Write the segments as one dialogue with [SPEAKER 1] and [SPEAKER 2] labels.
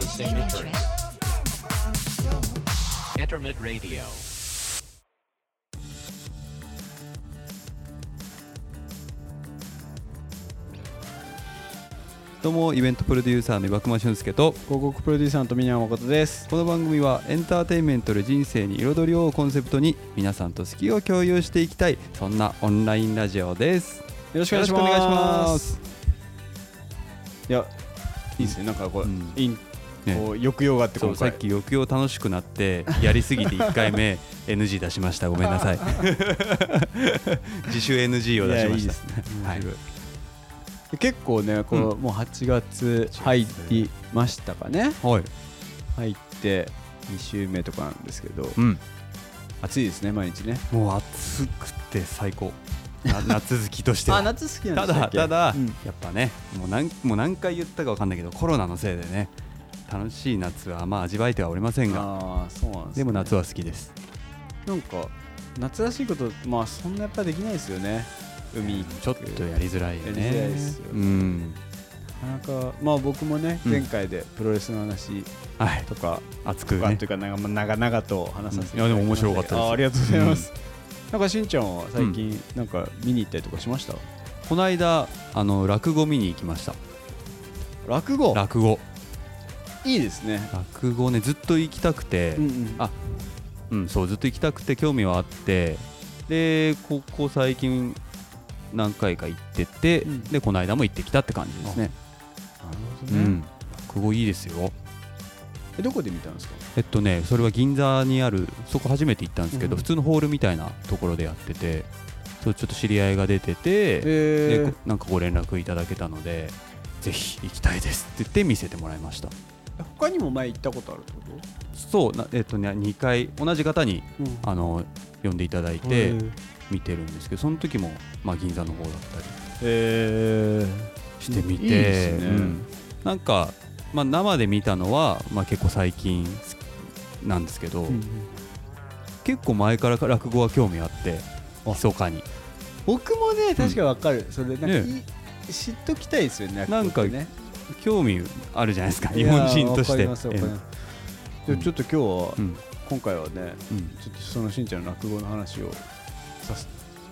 [SPEAKER 1] signature. Internet Radio.
[SPEAKER 2] どうもイベントプロデューサーの岩隈俊介と
[SPEAKER 3] 広告プロデューサーの富永誠です。
[SPEAKER 2] この番組はエンターテインメントで人生に彩りををコンセプトに皆さんと好きを共有していきたいそんなオンラインラジオです
[SPEAKER 3] よろしくお願いします。いや、いいですね。なんかこう、
[SPEAKER 2] うん
[SPEAKER 3] イン、
[SPEAKER 2] ね
[SPEAKER 3] こう抑揚があって
[SPEAKER 2] そ
[SPEAKER 3] 今
[SPEAKER 2] うさ
[SPEAKER 3] 回
[SPEAKER 2] っき抑揚楽しくなってやりすぎて1回 目 NG 出しましたごめんなさい自主 NG を出しま
[SPEAKER 3] いやいい
[SPEAKER 2] し
[SPEAKER 3] で
[SPEAKER 2] た
[SPEAKER 3] すね
[SPEAKER 2] はい
[SPEAKER 3] 結構ね、こう、もう8月入りましたかね。
[SPEAKER 2] はい
[SPEAKER 3] 入って2週目とかなんですけど、
[SPEAKER 2] うん
[SPEAKER 3] 暑いですね毎日ね。
[SPEAKER 2] もう暑くて最高な夏好きとしては
[SPEAKER 3] あ、夏好き
[SPEAKER 2] た
[SPEAKER 3] なんでした
[SPEAKER 2] だ
[SPEAKER 3] っけ。
[SPEAKER 2] ただ、
[SPEAKER 3] うん
[SPEAKER 2] やっぱねもう何もう何回言ったかわかんないけどコロナのせいでね楽しい夏はまあ味わえてはおりませんが
[SPEAKER 3] ああ、そうなんです、
[SPEAKER 2] で
[SPEAKER 3] ね。
[SPEAKER 2] も夏は好きです
[SPEAKER 3] なんか夏らしいことまあそんなやっぱできないですよね。海行く
[SPEAKER 2] ちょっとやりづらいよね
[SPEAKER 3] やりづらいですよ
[SPEAKER 2] うん
[SPEAKER 3] なかなかまあ僕もね、
[SPEAKER 2] うん
[SPEAKER 3] 前回でプロレスの話
[SPEAKER 2] はい
[SPEAKER 3] とか、
[SPEAKER 2] 熱く
[SPEAKER 3] とか
[SPEAKER 2] ね
[SPEAKER 3] というか長長々と話させて
[SPEAKER 2] うんいやでも
[SPEAKER 3] ただき
[SPEAKER 2] 面白
[SPEAKER 3] ましたけど
[SPEAKER 2] かったです
[SPEAKER 3] あーありがとうございます、なんかしんちゃんは最近なんか見に行ったりとかしました、
[SPEAKER 2] この間あの落語見に行きました
[SPEAKER 3] 落語
[SPEAKER 2] 落語
[SPEAKER 3] いいですね
[SPEAKER 2] 落語ねずっと行きたくて、
[SPEAKER 3] うんうん
[SPEAKER 2] あうん、そうずっと行きたくて興味はあってでここ最近何回か行ってて、
[SPEAKER 3] うん
[SPEAKER 2] でこの間も行ってきたって感じですね、
[SPEAKER 3] なるほ
[SPEAKER 2] う
[SPEAKER 3] どね、
[SPEAKER 2] ん、落語いいですよ
[SPEAKER 3] えどこで見たんですか
[SPEAKER 2] えっとねそれは銀座にあるそこ初めて行ったんですけど、
[SPEAKER 3] うん
[SPEAKER 2] 普通のホールみたいなところでやっててそうちょっと知り合いが出てて、
[SPEAKER 3] え
[SPEAKER 2] でこなんかご連絡いただけたのでぜひ行きたいですって言って見せてもらいました
[SPEAKER 3] 他にも前行ったことあるってこ
[SPEAKER 2] そうなえっとね2回同じ方に
[SPEAKER 3] と、
[SPEAKER 2] あの呼んでいただいて、見てるんですけどその時も、まあ、銀座の方だったり
[SPEAKER 3] え
[SPEAKER 2] してみて
[SPEAKER 3] いいですね
[SPEAKER 2] うんなんか、まあ、生で見たのは、まあ、結構最近なんですけど、結構前から落語は興味あって
[SPEAKER 3] あ
[SPEAKER 2] 密かに
[SPEAKER 3] 僕もね確かにわかる、それなんか
[SPEAKER 2] ね
[SPEAKER 3] い知っときたいですよね
[SPEAKER 2] なんか
[SPEAKER 3] 落語ってね
[SPEAKER 2] 興味あるじゃないですか日本人とし
[SPEAKER 3] い
[SPEAKER 2] て
[SPEAKER 3] やーわかりますわかりますでもちょっと今日は、
[SPEAKER 2] うん
[SPEAKER 3] 今回はね
[SPEAKER 2] うん
[SPEAKER 3] ちょっとそのしんちゃんの落語の話をさす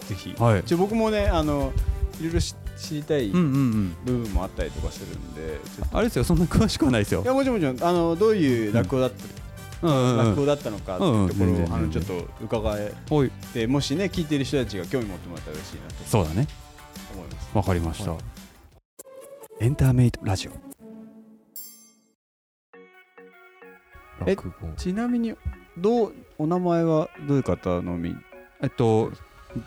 [SPEAKER 3] ぜひ、
[SPEAKER 2] はい
[SPEAKER 3] ちょ僕もねあのいろいろし知りたい
[SPEAKER 2] うん
[SPEAKER 3] 部
[SPEAKER 2] うんうん
[SPEAKER 3] 分もあったりとかするんで、ちょっと
[SPEAKER 2] あれですよそんな詳しくはないですよ
[SPEAKER 3] いやもちろんもちろんあのどういう落語だった、
[SPEAKER 2] うんうん
[SPEAKER 3] 落
[SPEAKER 2] う
[SPEAKER 3] 語
[SPEAKER 2] ん
[SPEAKER 3] だったのかって
[SPEAKER 2] うんうん
[SPEAKER 3] いうところを、
[SPEAKER 2] 全然
[SPEAKER 3] あのち
[SPEAKER 2] 全
[SPEAKER 3] ょっ
[SPEAKER 2] 然
[SPEAKER 3] と伺え
[SPEAKER 2] はい
[SPEAKER 3] てもしね聞いてる人たちが興味持ってもらったら嬉しいなと
[SPEAKER 2] そうだね
[SPEAKER 3] 思います。
[SPEAKER 2] わかりました、
[SPEAKER 3] はい
[SPEAKER 2] エンターメイトラジオ
[SPEAKER 3] え
[SPEAKER 2] 落語
[SPEAKER 3] ちなみにどうお名前はどういう方のみ、
[SPEAKER 2] えっと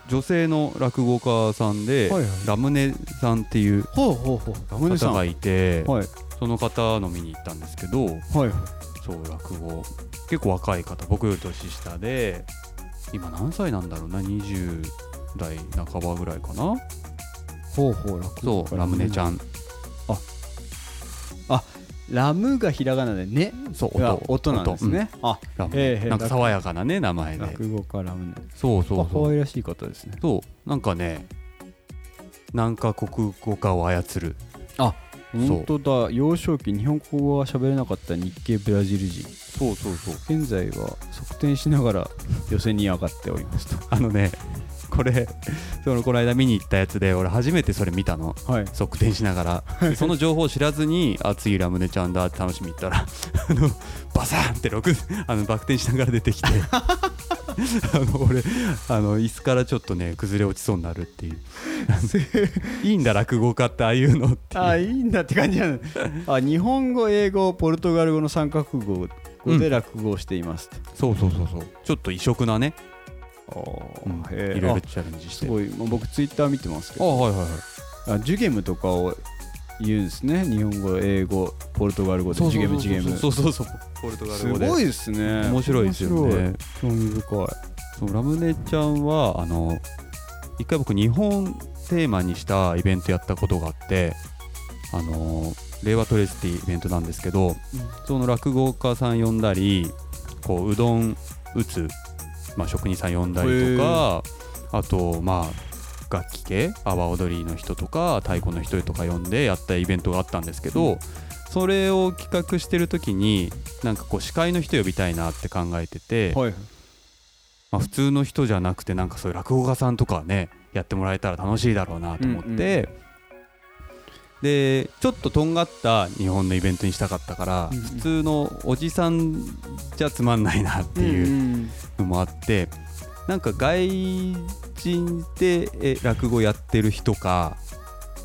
[SPEAKER 2] 女性の落語家さんで、
[SPEAKER 3] はいはい
[SPEAKER 2] ラムネさんっていう
[SPEAKER 3] ほうほうほうラムネさ
[SPEAKER 2] 方
[SPEAKER 3] ん
[SPEAKER 2] が
[SPEAKER 3] はい
[SPEAKER 2] いて、
[SPEAKER 3] はい
[SPEAKER 2] その方の見に行ったんですけど
[SPEAKER 3] はい
[SPEAKER 2] そう落語結構若い方僕より年下で今何歳なんだろうな20代半ばぐらいかな
[SPEAKER 3] ほうほう落
[SPEAKER 2] そうラムネちゃん
[SPEAKER 3] ラムがひらがなでね
[SPEAKER 2] そう
[SPEAKER 3] が
[SPEAKER 2] 音
[SPEAKER 3] 音なんですね、あ
[SPEAKER 2] 音うんラムネ
[SPEAKER 3] へーへー
[SPEAKER 2] なんか爽やかなね名前で
[SPEAKER 3] 落語家ラムネ
[SPEAKER 2] そうそう
[SPEAKER 3] 可
[SPEAKER 2] そう
[SPEAKER 3] 愛らしい方ですね
[SPEAKER 2] そうなんかね何か国語化を操るそう
[SPEAKER 3] 本当だ幼少期日本語は喋れなかった日系ブラジル人
[SPEAKER 2] そうそうそう
[SPEAKER 3] 現在は側転しながら寄せに上がっておりますと
[SPEAKER 2] あのねこれそのこの間見に行ったやつで俺初めてそれ見たの
[SPEAKER 3] はい
[SPEAKER 2] 側転しなが らその情報を知らずにあ次ラムネちゃんだって楽しみに行ったら あのバサーンって六 あのバク転しながら出てきて あの俺あの椅子からちょっとね崩れ落ちそうになるっていう いいんだ落語家ってああいうのっていう
[SPEAKER 3] あいいんだって感じなのあ日本語英語ポルトガル語の三角語で落語をしていますと、
[SPEAKER 2] そうそうそうそうちょっと異色なね、うん
[SPEAKER 3] あーへー
[SPEAKER 2] いろいろ
[SPEAKER 3] あ
[SPEAKER 2] チャレンジし
[SPEAKER 3] す
[SPEAKER 2] て
[SPEAKER 3] ごい、まあ、僕ツイッター見てますけ
[SPEAKER 2] あ
[SPEAKER 3] ど
[SPEAKER 2] はいはいはい
[SPEAKER 3] あジュゲムとかを言うんですね日本語英語ポルトガル語でジュゲムジュゲム
[SPEAKER 2] そうそうそうポルトガ
[SPEAKER 3] す
[SPEAKER 2] ル語です
[SPEAKER 3] ごいですね
[SPEAKER 2] 面白いですよ
[SPEAKER 3] 面
[SPEAKER 2] ね
[SPEAKER 3] 白い興味深い
[SPEAKER 2] そうラムネちゃんはあの一回僕日本テーマにしたイベントやったことがあってあの令和トレスってイベントなんですけど、その落語家さん呼んだりこううどん打つ、まあ、職人さん呼んだりとかあとまあ楽器系阿波踊りの人とか太鼓の人とか呼んでやったイベントがあったんですけど、それを企画してる時になんかこう司会の人呼びたいなって考えてて、
[SPEAKER 3] はい
[SPEAKER 2] まあ、普通の人じゃなくてなんかそういう落語家さんとかねやってもらえたら楽しいだろうなと思って、
[SPEAKER 3] うんうん
[SPEAKER 2] でちょっととんがった日本のイベントにしたかったから、
[SPEAKER 3] うんうん
[SPEAKER 2] 普通のおじさんじゃつまんないなっていう
[SPEAKER 3] うん
[SPEAKER 2] のもあってなんか外人でえ落語やってる人か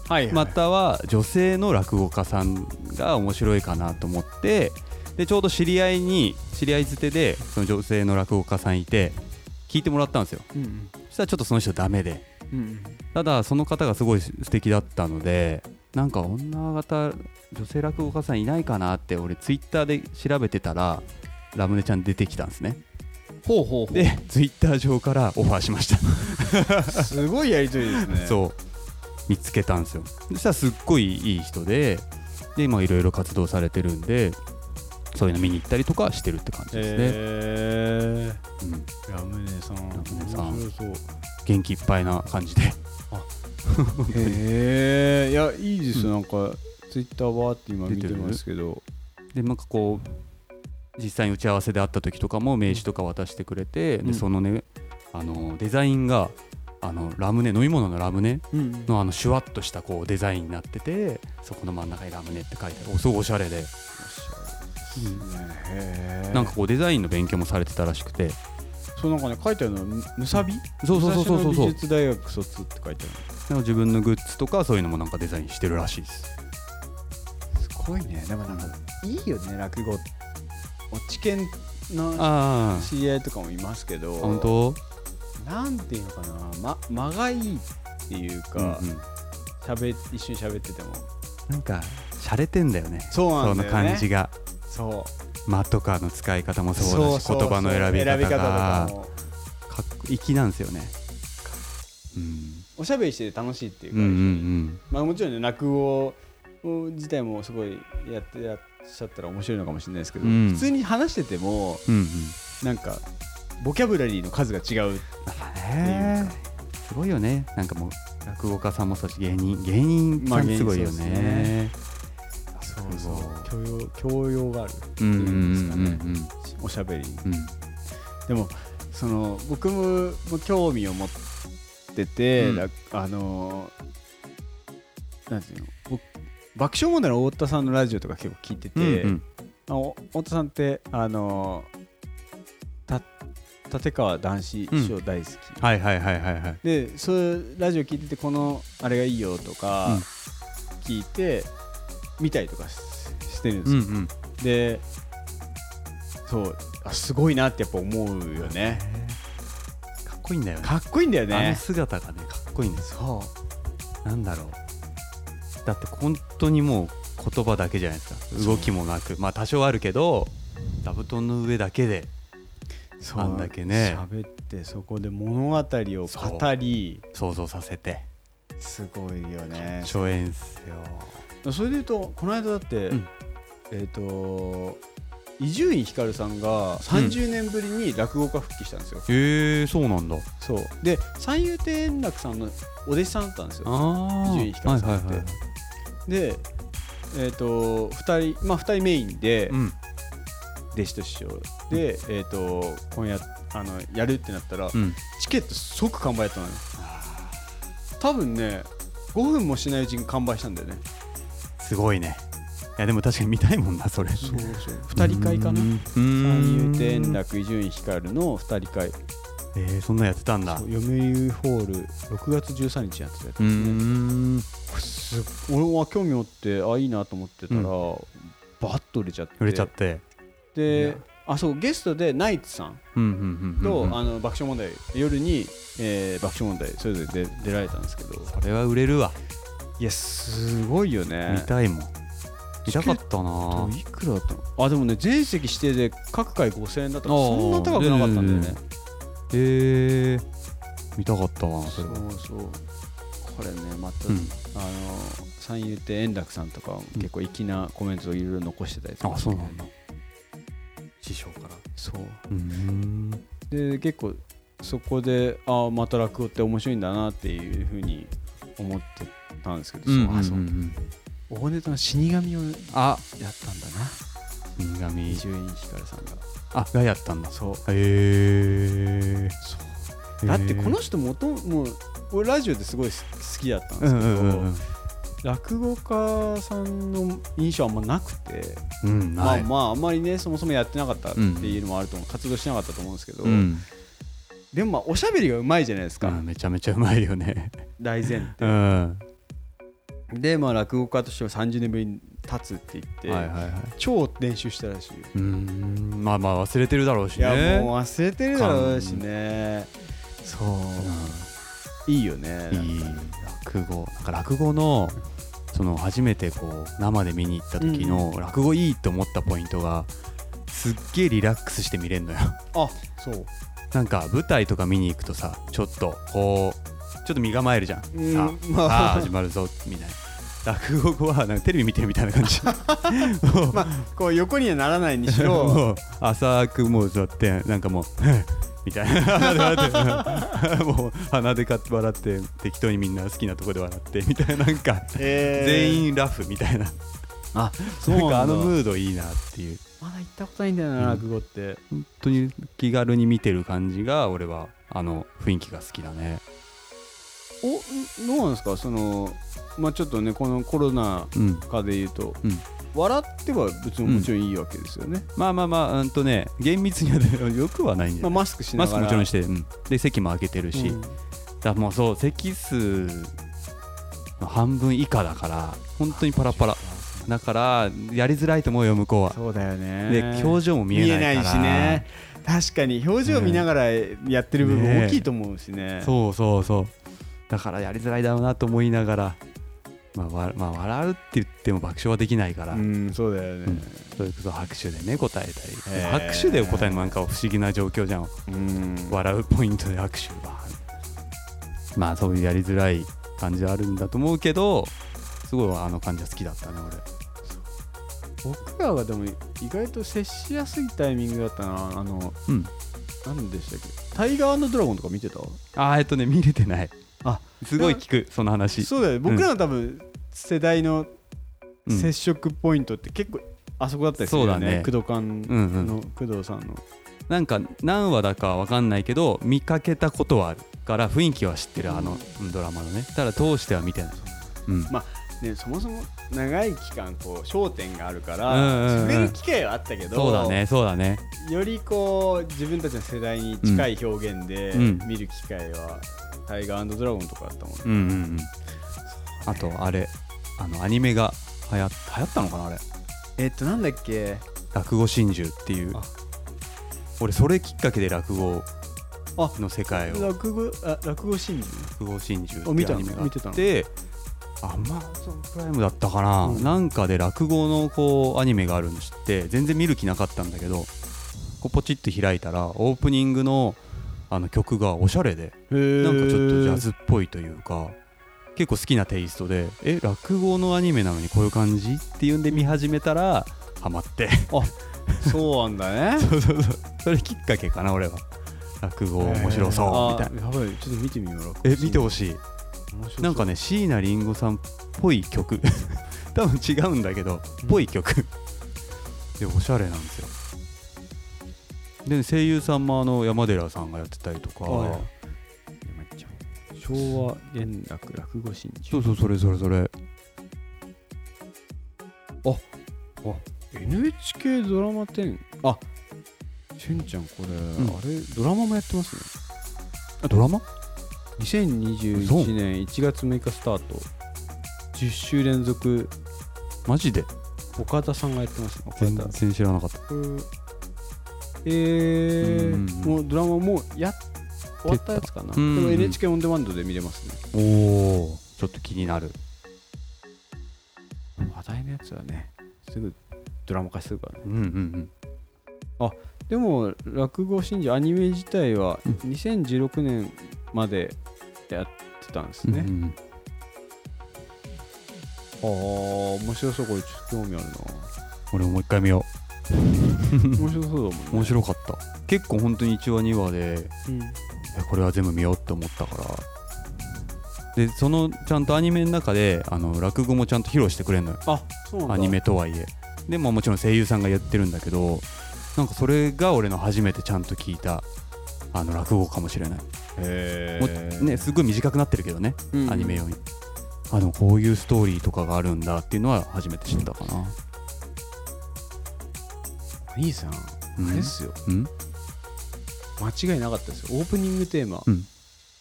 [SPEAKER 3] はいはい
[SPEAKER 2] または女性の落語家さんが面白いかなと思ってでちょうど知り合いに知り合い捨てでその女性の落語家さんいて聞いてもらったんですよ
[SPEAKER 3] うん
[SPEAKER 2] そしたらちょっとその人ダメで
[SPEAKER 3] うんうん
[SPEAKER 2] ただその方がすごい素敵だったのでなんか女方女性落語家さんいないかなって俺ツイッターで調べてたらラムネちゃん出てきたんですね
[SPEAKER 3] ほうほうほ
[SPEAKER 2] でツイッター上からオファーしました
[SPEAKER 3] うすごいやりとりですねう
[SPEAKER 2] そう見つけたんですよそしたらすっごいいい人でで今いろいろ活動されてるんでそういうの見に行ったりとかしてるって感じですね、
[SPEAKER 3] え
[SPEAKER 2] うん、
[SPEAKER 3] ー、ラムネさん
[SPEAKER 2] ラムネさん
[SPEAKER 3] 面白そう
[SPEAKER 2] 元気いっぱいな感じで
[SPEAKER 3] へえ いやいいですよ、なんかツイッターはって今見てますけど
[SPEAKER 2] でなんかこう実際に打ち合わせで会った時とかも名刺とか渡してくれて、
[SPEAKER 3] うん
[SPEAKER 2] でそのねあのデザインがあのラムネ飲み物のラムネ
[SPEAKER 3] うん
[SPEAKER 2] のあのシュワッとしたこうデザインになっててそこの真ん中にラムネって書いてあるおすごいおしゃれで、
[SPEAKER 3] へえ
[SPEAKER 2] なんかこうデザインの勉強もされてたらしくて
[SPEAKER 3] そうなんかね書いてあるのはむむさび
[SPEAKER 2] そうそうそうそうそうそう
[SPEAKER 3] 武蔵野美術大学卒って書いてあ
[SPEAKER 2] なんか自分のグッズとかそういうのもなんかデザインしてるらしいです。
[SPEAKER 3] るすごいねでもなんかいいよね落語落ち研の
[SPEAKER 2] あ
[SPEAKER 3] 知り合いとかもいますけど
[SPEAKER 2] あ本当
[SPEAKER 3] なんていうのかな、ま、間がいいっていうか、
[SPEAKER 2] うんうん
[SPEAKER 3] 喋一緒に喋ってても
[SPEAKER 2] なんか洒落てんだよね。
[SPEAKER 3] そうなんだよね
[SPEAKER 2] その感じが
[SPEAKER 3] そう
[SPEAKER 2] 間とかの使い方もそうだし言葉の選び方
[SPEAKER 3] 選び方と
[SPEAKER 2] が
[SPEAKER 3] かも
[SPEAKER 2] かっこ粋なんですよね。うん
[SPEAKER 3] おしゃべりしてて楽しいっていう
[SPEAKER 2] うんう
[SPEAKER 3] か、
[SPEAKER 2] んうん
[SPEAKER 3] まあ、もちろんね落語自体もすごいやってらっしゃったら面白いのかもしれないですけど、
[SPEAKER 2] うん
[SPEAKER 3] 普通に話してても
[SPEAKER 2] うんうん。
[SPEAKER 3] なんかボキャブラリーの数が違う
[SPEAKER 2] やっぱねすごいよね。なんかもう落語家さんもそうだし芸人芸人
[SPEAKER 3] まあ
[SPEAKER 2] さん
[SPEAKER 3] 芸人
[SPEAKER 2] すごいよ
[SPEAKER 3] そうですね
[SPEAKER 2] ね。
[SPEAKER 3] そう
[SPEAKER 2] そう
[SPEAKER 3] 教養教養がある
[SPEAKER 2] うんうん
[SPEAKER 3] そう
[SPEAKER 2] うん
[SPEAKER 3] で
[SPEAKER 2] う
[SPEAKER 3] すか
[SPEAKER 2] ん
[SPEAKER 3] おしゃべりに
[SPEAKER 2] うん
[SPEAKER 3] でもその僕も興味を持ってて、
[SPEAKER 2] うん
[SPEAKER 3] らあのなんていうの僕爆笑問題の太田さんのラジオとか結構聞いてて、
[SPEAKER 2] うんうん
[SPEAKER 3] あお太田さんってあのた立川談志師匠大好き、
[SPEAKER 2] はいはいはいはいはい。
[SPEAKER 3] でそういうラジオ聞いててこのあれがいいよと
[SPEAKER 2] う
[SPEAKER 3] か
[SPEAKER 2] ん
[SPEAKER 3] 聞いて見たりとかししてるんで
[SPEAKER 2] う
[SPEAKER 3] す
[SPEAKER 2] んう
[SPEAKER 3] よ、
[SPEAKER 2] ん。
[SPEAKER 3] でそうあすごいなってやっぱ思うよね
[SPEAKER 2] かっこいいんだよね。
[SPEAKER 3] かっこいいんだよ
[SPEAKER 2] あの
[SPEAKER 3] ね
[SPEAKER 2] 姿がねかっこいいんです
[SPEAKER 3] そ
[SPEAKER 2] なんだろうだって本当にもう言葉だけじゃないですか動きもなくまあ多少あるけど座布団の上だけで
[SPEAKER 3] うそう
[SPEAKER 2] あんだけね
[SPEAKER 3] 喋ってそこで物語を語り
[SPEAKER 2] 想像させて
[SPEAKER 3] すごいよね
[SPEAKER 2] 初演っすよ
[SPEAKER 3] それでいうとこの間だって、
[SPEAKER 2] うん
[SPEAKER 3] えっ、と伊集院光さんが30年ぶりに落語家復帰したんですよ、
[SPEAKER 2] へえそうなんだ
[SPEAKER 3] そうで三遊亭円楽さんのお弟子さんだったんですよ
[SPEAKER 2] ああ
[SPEAKER 3] 伊集院光さんって
[SPEAKER 2] はいはいはい
[SPEAKER 3] でえっ、と2人まあ2人メインで
[SPEAKER 2] うん
[SPEAKER 3] 弟子と師匠で、えっ、と今夜あのやるってなったら、
[SPEAKER 2] うん
[SPEAKER 3] チケット即完売だったのよ多分ね5分もしないうちに完売したんだよね
[SPEAKER 2] すごいねいやでも確かに見たいもんなそれ
[SPEAKER 3] そうそう2人会かな三
[SPEAKER 2] 三
[SPEAKER 3] 遊亭円楽伊集院光の2人会
[SPEAKER 2] えー、そんなんやってたんだ
[SPEAKER 3] そう読売ホール6月13日にやってたやつ
[SPEAKER 2] うー
[SPEAKER 3] です
[SPEAKER 2] ん
[SPEAKER 3] ねこれすごい俺は興味持ってあいいなと思ってた
[SPEAKER 2] う
[SPEAKER 3] ら、
[SPEAKER 2] ん
[SPEAKER 3] バッと売れちゃって
[SPEAKER 2] 売れちゃっていや
[SPEAKER 3] であそうゲストでナイツさん
[SPEAKER 2] うんうんうんうん
[SPEAKER 3] と、
[SPEAKER 2] うん
[SPEAKER 3] あの爆笑問題夜に、えー爆笑問題それぞれ出出られたんですけど
[SPEAKER 2] これは売れるわ
[SPEAKER 3] いやすごいよね
[SPEAKER 2] 見たいもん見たかったな
[SPEAKER 3] えっといくらだったのあでもね全席指定で各回5000円だったから
[SPEAKER 2] あー
[SPEAKER 3] そんな高くなかったんだよ
[SPEAKER 2] 出
[SPEAKER 3] ね
[SPEAKER 2] るへえ見たかったわそ
[SPEAKER 3] そ
[SPEAKER 2] れは
[SPEAKER 3] うそうこれねまた、
[SPEAKER 2] うん
[SPEAKER 3] あの三遊亭円楽さんとか結構粋なコメントをいろいろ残してたりとか
[SPEAKER 2] あそうなんだ師匠から
[SPEAKER 3] そう
[SPEAKER 2] うん
[SPEAKER 3] で結構そこでああまた落語って面白いんだなっていうふうに思ってたんですけど、
[SPEAKER 2] うん
[SPEAKER 3] そうあそう
[SPEAKER 2] うん
[SPEAKER 3] 大ネタの死神をやっ
[SPEAKER 2] あ
[SPEAKER 3] たんだな
[SPEAKER 2] 死神
[SPEAKER 3] 伊集院光さんが
[SPEAKER 2] あがやったんだ
[SPEAKER 3] そう
[SPEAKER 2] へえ
[SPEAKER 3] だってこの人もともう俺ラジオですごい好きだったんで
[SPEAKER 2] う
[SPEAKER 3] す
[SPEAKER 2] ん
[SPEAKER 3] け
[SPEAKER 2] う
[SPEAKER 3] ど、
[SPEAKER 2] んうん
[SPEAKER 3] 落語家さんの印象あんまなくて、
[SPEAKER 2] うんうんない
[SPEAKER 3] まあまああんまりねそもそもやってなかったっていうのもあると思う、活動してなかったと思うんですけど、
[SPEAKER 2] うん
[SPEAKER 3] でもまあおしゃべりがうまいじゃないですか、
[SPEAKER 2] うんめちゃめちゃうまいよ ね
[SPEAKER 3] 大前提
[SPEAKER 2] うん
[SPEAKER 3] でまあ落語家としては30年ぶりに立つって言って、
[SPEAKER 2] はいはいはい
[SPEAKER 3] 超練習したらしいよ
[SPEAKER 2] うーんまあまあ忘れてるだろうし
[SPEAKER 3] い
[SPEAKER 2] ね
[SPEAKER 3] やもう忘れてるだろうしねそう、いいよね
[SPEAKER 2] うんいい落語なんか落語のその初めてこう生で見に行った時の落語いいと思ったポイントがすっげえリラックスして見れるのよ
[SPEAKER 3] あそう
[SPEAKER 2] なんか舞台とか見に行くとさちょっとこうちょっと身構えるじゃん、
[SPEAKER 3] うん
[SPEAKER 2] さあ、
[SPEAKER 3] まあ
[SPEAKER 2] さあ始まるぞみたいな落語はなんかテレビ見てるみたいな感じ もう
[SPEAKER 3] まあこう横にはならないにしろ
[SPEAKER 2] もう浅くもう座ってなんかもう みたいな 鼻で笑ってもう鼻でかって笑って適当にみんな好きなとこで笑ってみたいななんか全
[SPEAKER 3] 員
[SPEAKER 2] 員ラフみたいな
[SPEAKER 3] あそう
[SPEAKER 2] な
[SPEAKER 3] なんん
[SPEAKER 2] か
[SPEAKER 3] だ
[SPEAKER 2] あのムードいいなっていう
[SPEAKER 3] まだ行ったことないんだよな、
[SPEAKER 2] うん
[SPEAKER 3] 落語って
[SPEAKER 2] 本当に気軽に見てる感じが俺はあの雰囲気が好きだね
[SPEAKER 3] おんどうなんですかそのまあちょっとねこのコロナ
[SPEAKER 2] うん
[SPEAKER 3] 禍で言うと、
[SPEAKER 2] うん
[SPEAKER 3] 笑っては別にもちろんいいわけですよね、
[SPEAKER 2] まあまあまあうんとね厳密にはねよくはないんじゃ
[SPEAKER 3] まあ、
[SPEAKER 2] ない
[SPEAKER 3] マスクしな
[SPEAKER 2] マス
[SPEAKER 3] が
[SPEAKER 2] ク
[SPEAKER 3] ら
[SPEAKER 2] もちろんして、うんで席も空けてるし、
[SPEAKER 3] うん
[SPEAKER 2] だからもうそう席数の半分以下だから本当にパラパラだからやりづらいと思うよ向こうは
[SPEAKER 3] そうだよね
[SPEAKER 2] で表情も見えないから
[SPEAKER 3] しね確かに表情見ながらやってる部
[SPEAKER 2] ね
[SPEAKER 3] 分大きいと思うしね
[SPEAKER 2] そうそうそうだからやりづらいだろうなと思いながら、まあ、わまあ笑うって言っても爆笑はできないから、
[SPEAKER 3] うんそうだよね
[SPEAKER 2] それこそ拍手でね答えたり、
[SPEAKER 3] へー
[SPEAKER 2] 拍手で答えるのなんか不思議な状況じゃん、
[SPEAKER 3] うん
[SPEAKER 2] 笑うポイントで拍手がまあそういうやりづらい感じはあるんだと思うけどすごいあの感じは好きだったね俺
[SPEAKER 3] 僕らはでも意外と接しやすいタイミングだったなあの
[SPEAKER 2] うん
[SPEAKER 3] 何でしたっけタイガードラゴンとか見てた
[SPEAKER 2] あーえっとね見れてない
[SPEAKER 3] あ
[SPEAKER 2] すごい聞くその話
[SPEAKER 3] そうだよね僕らの多分世代の
[SPEAKER 2] うん
[SPEAKER 3] 接触ポイントって結構あそこだったりするよ
[SPEAKER 2] そうだね
[SPEAKER 3] ね工藤館
[SPEAKER 2] うんうん
[SPEAKER 3] の工藤さんの
[SPEAKER 2] なんか何話だかわかんないけど見かけたことはあるから雰囲気は知ってるあのうんドラマのねただ通しては見てない、うん
[SPEAKER 3] まねそもそも長い期間こう焦点があるか
[SPEAKER 2] うんうんう
[SPEAKER 3] ら
[SPEAKER 2] ん
[SPEAKER 3] 滑る機会はあったけど
[SPEAKER 2] そうだねそうだね
[SPEAKER 3] よりこう自分たちの世代に近い表現で
[SPEAKER 2] うん
[SPEAKER 3] 見る機会は「タイガードラゴン」とかだったもんね
[SPEAKER 2] うんうんうんあとあれあのアニメが流行っ流行ったのかなあれ
[SPEAKER 3] えっとなんだっけ
[SPEAKER 2] 落語真珠っていう
[SPEAKER 3] あ
[SPEAKER 2] 俺それきっかけで落語
[SPEAKER 3] あ
[SPEAKER 2] の世界を
[SPEAKER 3] 落語あ落語真珠
[SPEAKER 2] 落語真珠
[SPEAKER 3] あ
[SPEAKER 2] って
[SPEAKER 3] 見
[SPEAKER 2] いう
[SPEAKER 3] た
[SPEAKER 2] ア
[SPEAKER 3] の
[SPEAKER 2] ニメがあ
[SPEAKER 3] 見てた
[SPEAKER 2] っ
[SPEAKER 3] の
[SPEAKER 2] てアマゾンプライムだったかな、
[SPEAKER 3] うん
[SPEAKER 2] なんかで落語のこうアニメがあるの知って全然見る気なかったんだけどこうポチって開いたらオープニングのあの曲がおしゃれで
[SPEAKER 3] な
[SPEAKER 2] なんかちょっとジャズっぽいというか結構好きなテイストでえ落語のアニメなのにこういう感じっていうんで見始めたらハマって
[SPEAKER 3] そうなんだ ね
[SPEAKER 2] そうそうそう それきっかけかな俺は落語面白そうみたいな
[SPEAKER 3] なやばいちょっと見てみよう落語
[SPEAKER 2] え見て
[SPEAKER 3] 面
[SPEAKER 2] ほしい
[SPEAKER 3] 白そう
[SPEAKER 2] なんかね椎名林檎さんっぽい曲 多分違うんだけど
[SPEAKER 3] うん
[SPEAKER 2] ぽい曲でおしゃれなんですよで声優さんもあの山寺さんがやってたりとか
[SPEAKER 3] はい昭和円楽落語真
[SPEAKER 2] そ
[SPEAKER 3] 珠
[SPEAKER 2] うそうそれそれそれ
[SPEAKER 3] NHK ドラマ10あしゅんちゃんこれ、
[SPEAKER 2] ん
[SPEAKER 3] あれドラマもやってますね
[SPEAKER 2] あドラマ嘘
[SPEAKER 3] 2021年1月6日スタート10週連続
[SPEAKER 2] マジで
[SPEAKER 3] 岡田さんがやってますね岡
[SPEAKER 2] 全
[SPEAKER 3] 田
[SPEAKER 2] 然知らなかった
[SPEAKER 3] えー
[SPEAKER 2] うんうんうん
[SPEAKER 3] もうドラマもうや終わったやつかなで
[SPEAKER 2] うんうん
[SPEAKER 3] も NHK オンデマンドで見れますね
[SPEAKER 2] おおちょっと気になる
[SPEAKER 3] 話題のやつはねすぐドラマ化するからね
[SPEAKER 2] うんうんうん
[SPEAKER 3] でも落語真珠アニメ自体は
[SPEAKER 2] うん
[SPEAKER 3] 2016年までやってたんですね、
[SPEAKER 2] うんうん
[SPEAKER 3] ああ面白そうこれちょっと興味ある
[SPEAKER 2] 俺ももう一回見よ
[SPEAKER 3] な面白そうだもんね
[SPEAKER 2] う面白かった結構本当に1話2話で
[SPEAKER 3] うん
[SPEAKER 2] えこれは全部見ようって思ったからでそのちゃんとアニメの中であの落語もちゃんと披露してくれるのよ
[SPEAKER 3] あそうなんだ
[SPEAKER 2] アニメとはいえでももちろん声優さんがやってるんだけどなんかそれが俺の初めてちゃんと聞いたあの落語かもしれない、
[SPEAKER 3] へ
[SPEAKER 2] も
[SPEAKER 3] ー
[SPEAKER 2] ね、すごい短くなってるけどね、
[SPEAKER 3] うん
[SPEAKER 2] アニメ用にあでもこういうストーリーとかがあるんだっていうのは初めて知ったかな、
[SPEAKER 3] 兄さんあ
[SPEAKER 2] うん、
[SPEAKER 3] れっすよ
[SPEAKER 2] うん
[SPEAKER 3] 間違いなかったですよオープニングテーマ、
[SPEAKER 2] うん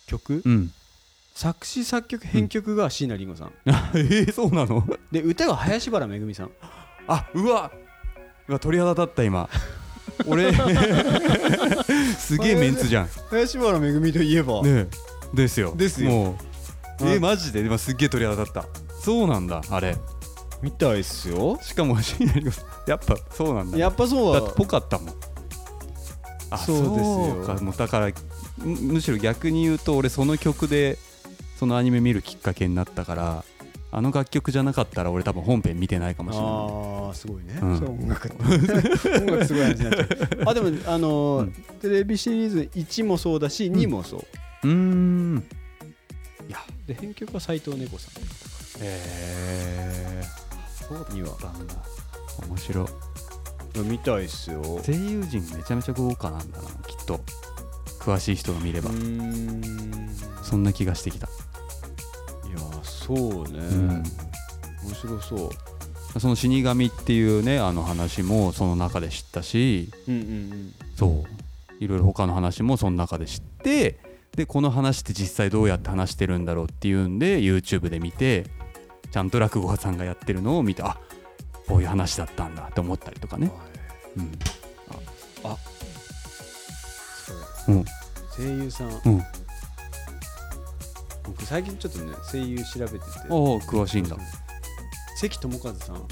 [SPEAKER 3] 曲
[SPEAKER 2] うん、
[SPEAKER 3] 作詞作曲編曲が椎名林檎さん
[SPEAKER 2] えー、そうなの
[SPEAKER 3] で歌が林原めぐみさん
[SPEAKER 2] あうわうわ鳥肌立った今 俺すげえメンツじゃん
[SPEAKER 3] 林原めぐみといえば、
[SPEAKER 2] ねえですよ
[SPEAKER 3] ですよ
[SPEAKER 2] もうえ
[SPEAKER 3] あ
[SPEAKER 2] マジで今すっげえ鳥肌立ったそうなんだあれ
[SPEAKER 3] みたいっすよ
[SPEAKER 2] しかも椎名林檎さん やっぱそうなんだ
[SPEAKER 3] やっぱそう
[SPEAKER 2] だ
[SPEAKER 3] は
[SPEAKER 2] ってぽかったもんあ
[SPEAKER 3] そうですよ
[SPEAKER 2] そうかもうだからむむしろ逆に言うと俺その曲でそのアニメ見るきっかけになったからあの楽曲じゃなかったら俺多分本編見てないかもしれない
[SPEAKER 3] ああすごいね、
[SPEAKER 2] うん
[SPEAKER 3] そう音楽音楽すごい話になっちゃ うあでもあのー
[SPEAKER 2] うん
[SPEAKER 3] テレビシリーズ1もそうだし2もそう、
[SPEAKER 2] うーんいや
[SPEAKER 3] で編曲は斎藤猫さ
[SPEAKER 2] へ
[SPEAKER 3] ん
[SPEAKER 2] え
[SPEAKER 3] そうには
[SPEAKER 2] なんだ面白い
[SPEAKER 3] みたいっすよう
[SPEAKER 2] 声優陣めちゃめちゃ豪華なんだなきっと詳しい人が見れば、
[SPEAKER 3] ーん
[SPEAKER 2] そんな気がしてきた、
[SPEAKER 3] いやーそうね、
[SPEAKER 2] うん
[SPEAKER 3] 面白そう
[SPEAKER 2] その死神っていうねあの話もその中で知ったし
[SPEAKER 3] うんうん
[SPEAKER 2] そういろいろ他の話もその中で知ってでこの話って実際どうやって話してるんだろうっていうんで YouTube で見てちゃんと落語家さんがやってるのを見てあこういう話だったんだって思ったりとか
[SPEAKER 3] うん
[SPEAKER 2] ね、うん
[SPEAKER 3] そう
[SPEAKER 2] うん
[SPEAKER 3] 声優さん
[SPEAKER 2] うん、
[SPEAKER 3] 僕最近ちょっとね声優調べてて
[SPEAKER 2] おお詳しいんだ
[SPEAKER 3] 関智一さん